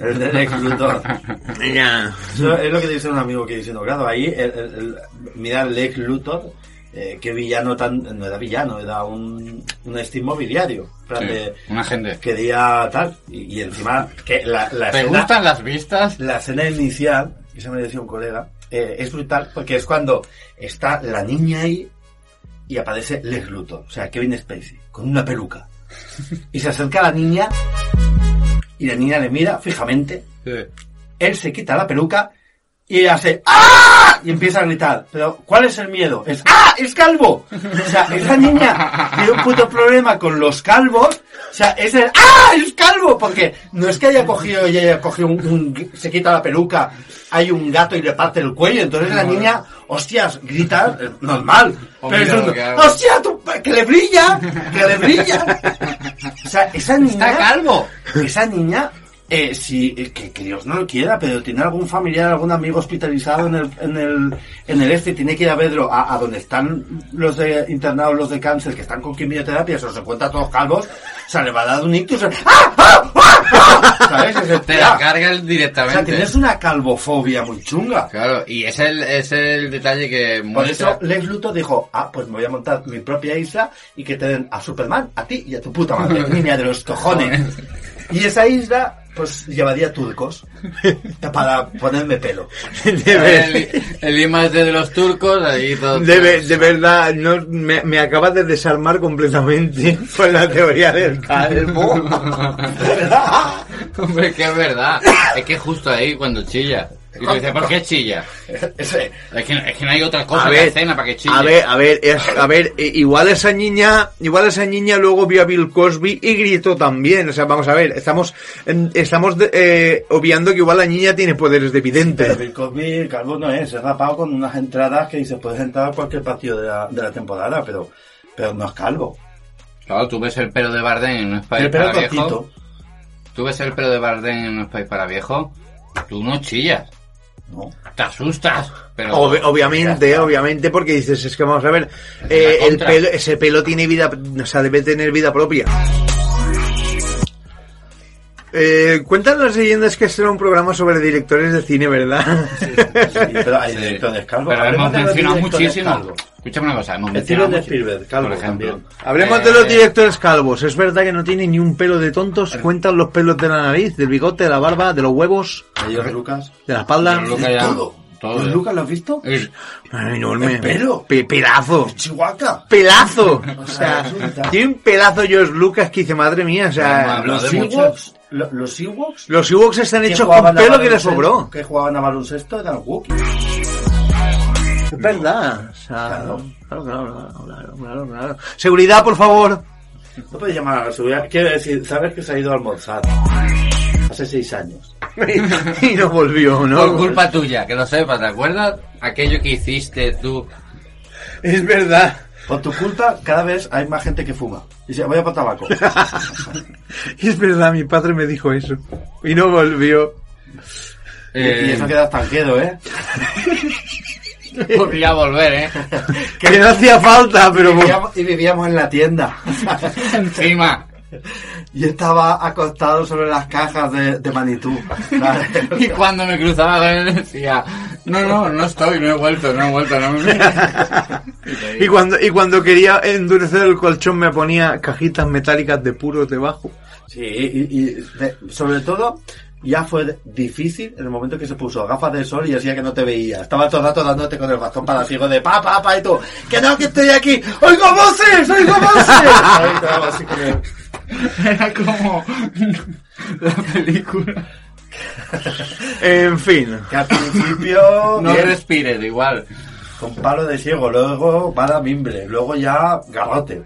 el de Lex Luthor. [laughs] Eso es lo que dice un amigo que diciendo, claro, ahí, el, el, el- mira Lex Luthor, eh, qué villano tan, no era villano, era un, un este inmobiliario, en plan Sí, de- una gente. quería tal, y, y encima, que la, la ¿Te escena- gustan las vistas? la escena inicial, que se me decía un colega, eh, es brutal porque es cuando está la niña ahí y aparece Lex Luthor, o sea, Kevin Spacey, con una peluca. Y se acerca a la niña y la niña le mira fijamente él se quita la peluca y hace ¡Ah! y empieza a gritar. Pero, ¿cuál es el miedo? Es ¡Ah! ¡Es calvo! O sea, esa niña tiene un puto problema con los calvos. O sea, es el ¡Ah! ¡Es calvo! Porque no es que haya cogido y haya cogido un, un- se quita la peluca, hay un gato y le parte el cuello. Entonces la niña, hostias, grita eh, normal. O Pero es mira un, lo que hago. ¡Hostia! tu- ¡Que le brilla! ¡Que le brilla! O sea, esa niña... ¡Está calvo! Esa niña, eh, si, eh, que, que Dios no lo quiera, pero tiene algún familiar, algún amigo hospitalizado en el, en el, en el este, y tiene que ir a verlo a, a donde están los de internados, los de cáncer, que están con quimioterapia, se los encuentra todos calvos, o sea, le va a dar un ictus, ¡ah! ¡ah! ¡ah! ¡ah! ¿Sabes? Es el- Te la ya. cargas o sea, directamente. tienes una calvofobia muy chunga. Claro, y es el, es el detalle que Por muestra. eso Lex Luthor dijo, ah, pues me voy a montar mi propia isla y que te den a Superman, a ti y a tu puta madre, niña de los cojones. Y esa isla, pues llevaría turcos para ponerme pelo. De, ver- El, el I más D de los turcos, ahí todo. de ver- de verdad, no, me, me acabas de desarmar completamente [laughs] con la teoría del calvo. [laughs] Hombre, que es verdad. Es que justo ahí cuando chilla. Y tú dices, ¿por qué chilla? [laughs] Ese- Es que, es que no hay otra cosa A en la ver, escena para que chille. A ver, a ver, es- a ver, eh, igual esa niña, igual esa niña luego vio a Bill Cosby y gritó también. O sea, vamos a ver, estamos, en- estamos de- eh, obviando que igual la niña tiene poderes de Pero vidente. Bill Cosby, el calvo no es, es rapado con unas entradas que dices, puedes entrar a cualquier partido de la, de la temporada, pero, pero no es calvo. Claro, tú ves el pelo de Bardem en un país El pelo para viejo. cortito. Tú ves el pelo de Bardem en un país para viejo. Tú no chillas. No. Te asustas. Pero Ob- obviamente, obviamente, porque dices, es que vamos a ver, eh, el contra. pelo, ese pelo tiene vida, o sea, debe tener vida propia. Eh, cuentan las leyendas que será un programa sobre directores de cine, ¿verdad? Sí, pero hay Sí. directores calvos. Pero Hablemos hemos de los mencionado directores muchísimo. calvos. Escúchame una cosa, hemos El mencionado. Steven muchísimo. Spielberg, calvo Por ejemplo. [laughs] Hablemos Eh, de los directores calvos. Es verdad que no tiene ni un pelo de tontos. Cuentan los pelos de la nariz, del bigote, de la barba, de los huevos, Ellos, Lucas. de la espalda. Pero Lucas ya- Eh. Todo. todo. ¿Lucas lo has visto? Es- Ay, enorme. El pelo. Pe- pelazo. Chihuahua. Pelazo. O sea, sea, resulta. tiene un pelazo George Lucas que dice, madre mía, o No me sea, hablo. Los de Ewoks, lo- los Ewoks los Ewoks están que hechos con jugaban a pelo que les baloncesto- sobró. Que jugaban a baloncesto eran Wookiees. Es verdad. O sea, Claro. claro, claro, claro, claro, claro. Seguridad, por [laughs] favor. No puedes llamar a la seguridad. Quiero decir, sabes que se ha ido a almorzar. Hace seis años. y no volvió, ¿no? Por culpa tuya, que lo sepas, ¿te acuerdas? Aquello que hiciste tú. Es verdad. Por tu culpa, cada vez hay más gente que fuma. Y se voy a por tabaco. Es verdad, mi padre me dijo eso. Y no volvió. Y- Y Eh, eso queda estanquedo, ¿eh? [laughs] Podría volver, ¿eh? Que [laughs] no hacía falta, pero... Vivíamos- y vivíamos en la tienda. [laughs] Encima. y estaba acostado sobre las cajas de, de Manitou. ¿sabes? Y cuando me cruzaba con él decía, no, no, no estoy, no he vuelto, no he vuelto, no me Y cuando, y cuando quería endurecer el colchón me ponía cajitas metálicas de puros debajo. Sí, y, y de- sobre todo ya fue difícil en el momento que se puso gafas de sol y decía que no te veía. Estaba todo el rato dándote con el bastón para ciego de pa, pa, pa, y tú, que no, que estoy aquí, oigo voces, oigo voces. Ahí estaba así como- [laughs] Era como la película. En fin. que al principio, No bien, respires, igual. con palo de ciego, luego para mimbre, luego ya garrote.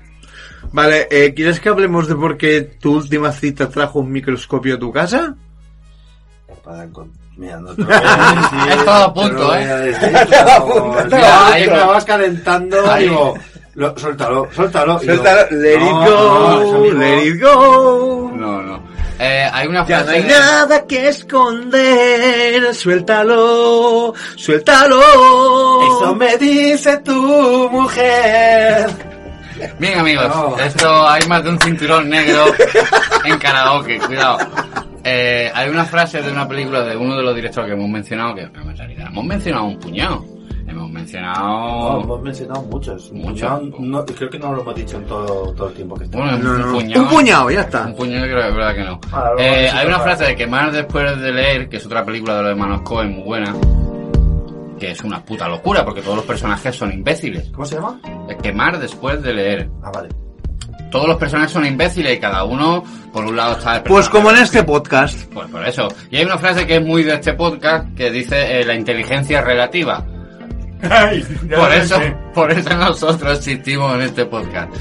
Vale, eh, ¿quieres que hablemos de por qué tu última cita trajo un microscopio a tu casa? Para encon- Mira, no te lo voy a decir, Es todo a no te lo punto, voy ¿eh? a decir, pero- todo a Ahí punto. estabas calentando, digo, lo- suéltalo, suéltalo. y yo, Suéltalo, let no, it no, go, amigo. let it go. No, no. Eh, hay una Ya no hay frase... nada que esconder, suéltalo, suéltalo. Eso me dice tu mujer. Bien, amigos, No. esto hay más de un cinturón negro en karaoke, cuidado. Eh, hay una frase de una película de uno de los directores que hemos mencionado, que en realidad hemos mencionado un puñado. No, Hemos mencionado... hemos mencionado muchos. Mucho. No, no, creo que no lo hemos dicho en todo, todo el tiempo que está. Bueno, No, no, un puñado. Un puñado, ya está. Ah, Un puñado creo que es verdad que no. Ahora lo Eh, vamos a hay una sacar. frase que más después de leer, que es otra película de los hermanos Cohen muy buena, que es una puta locura porque todos los personajes son imbéciles. ¿Cómo se llama? Eh, Quemar después de leer. Ah, vale. Todos los personajes son imbéciles y cada uno, por un lado está el Pues personaje- como en este podcast. Pues por eso. Y hay una frase que es muy de este podcast que dice eh, la inteligencia es relativa. Por eso, [laughs] por eso nosotros existimos en este podcast.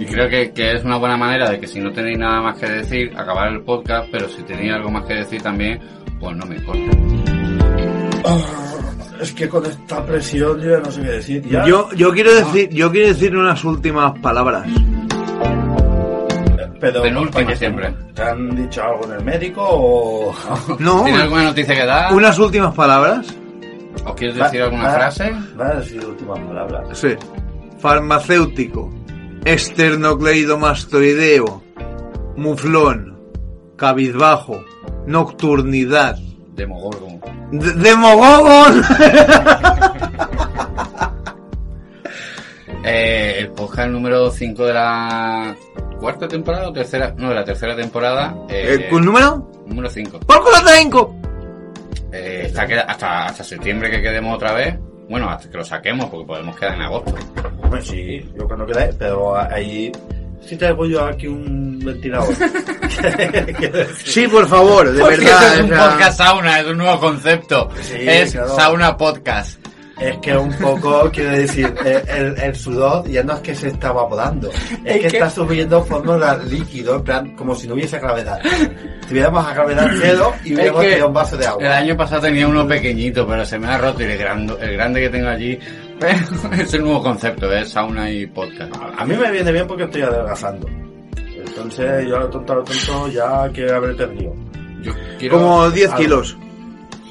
Y creo que, que es una buena manera de que si no tenéis nada más que decir, acabar el podcast, pero si tenéis algo más que decir también, pues no me importa. Ah, Es que con esta presión yo ya no sé qué decir. Ya, Yo, yo quiero decir, yo quiero decir unas últimas [laughs] palabras. pero, Penúltima oye, siempre. ¿Te han dicho algo en el médico o.? [laughs] No, ¿Tienes alguna noticia que dar? unas últimas palabras. ¿Os quieres decir Va- alguna va- frase? Va a decir últimas palabras. Sí. Farmacéutico. Esternocleidomastoideo. Muflón. Cabizbajo. Nocturnidad. Demogorgon. De- [laughs] ¡Demogorgon! Eh, el podcast número 5 de la cuarta temporada o tercera, no, de la tercera temporada. eh, ¿Con número? número 5. ¡Por culo tengo! Eh, hasta, que- hasta, hasta septiembre que quedemos otra vez. Bueno, hasta que lo saquemos, porque podemos quedar en agosto. Pues sí, yo cuando queráis, pero ahí. Si te dejo yo aquí un ventilador. Sí, por favor, de Porque verdad. esto es un o sea, podcast sauna, es un nuevo concepto. Sí, es claro. sauna podcast. Es que un poco, quiero decir, el, el- el sudor ya no es que se está evaporando, es, que, está subiendo fórmula líquido, en plan, como si no hubiese gravedad. Estuviéramos a gravedad cero y Es hubiéramos que Eh. tenido un vaso de agua. El año pasado tenía uno pequeñito, pero se me ha roto y el, grande el grande que tengo allí [laughs] es el nuevo concepto, es sauna y podcast. A mí me viene bien porque estoy adelgazando. Entonces, yo a lo tonto, a lo tonto, ya que habré perdido. Yo quiero... Como 10 kilos.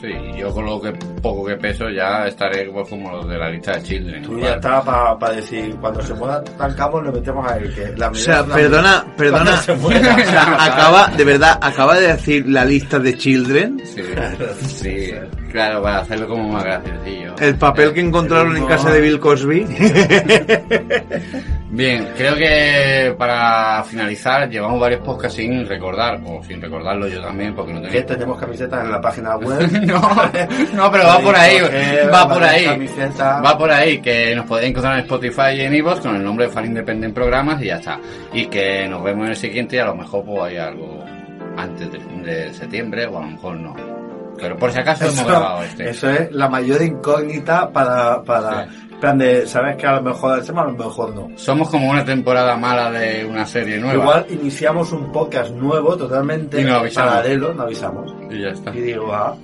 Sí, yo con lo que poco que peso ya estaré pues, como los de la lista de Children. Tú igual. ya está para decir, cuando se muera Tancamos le metemos a él. Que la O medida sea, es la perdona, medida. perdona. Cuando se muera. [laughs] O sea, acaba, de verdad, acaba de decir la lista de Children. [laughs] Sí, sí, claro, para hacerlo como más graciosillo. El papel que encontraron en casa de Bill Cosby. Bien, creo que para finalizar llevamos varios podcasts sin recordar, o sin recordarlo yo también, porque no Que [laughs] tenía... tenemos camisetas en la página web. [laughs] No, no, pero va por ahí, va por ahí, Camiseta. va por ahí, que nos podéis encontrar en Spotify y en iVoox con el nombre de Fan Independent Programas y ya está. Y que nos vemos en el siguiente y a lo mejor pues hay algo antes de, de septiembre o a lo mejor no. Pero por si acaso hemos grabado este. eso es la mayor incógnita para, para plan de sabes que a lo mejor hacemos, a lo mejor no. Somos como una temporada mala de una serie nueva. Igual iniciamos un podcast nuevo totalmente Y no avisamos. paralelo, no avisamos. Y ya está. Y digo, ah,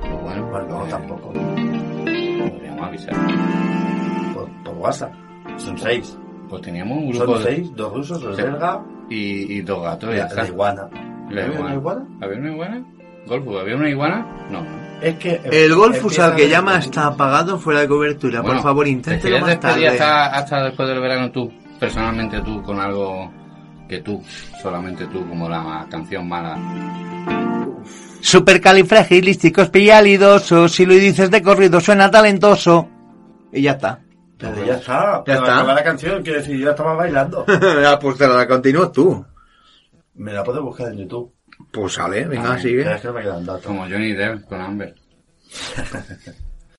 Pues bueno, pues no, eh, tampoco. Podríamos avisar. Por, por WhatsApp. Son seis. Pues teníamos un grupo Son de... seis, dos rusos, dos Sí. belgas, Y, y dos gatos. ya la, está. la iguana. La ¿Había una iguana. iguana? ¿Había una iguana? Golfo, ¿había una iguana? No. es que... El Golfus empiezan al que a- llama está apagado fuera de cobertura. Bueno, este Por favor, ¿Te inténtelo quieres más despedir tarde. hasta, hasta después del verano tú? Personalmente tú, con algo que tú, solamente tú, como la canción mala. Supercalifragilisticoespialidoso, si lo dices de corrido suena talentoso. Y ya [laughs] está. Pero ya está, ya Ya está. está. la canción, quiero decir, yo ya estaba [laughs] bailando. pues te la continúas tú. Me la puedes buscar en YouTube. Pues sale, venga, Vale, sigue. Ya es que me quedan datos. Como Johnny Depp con Amber.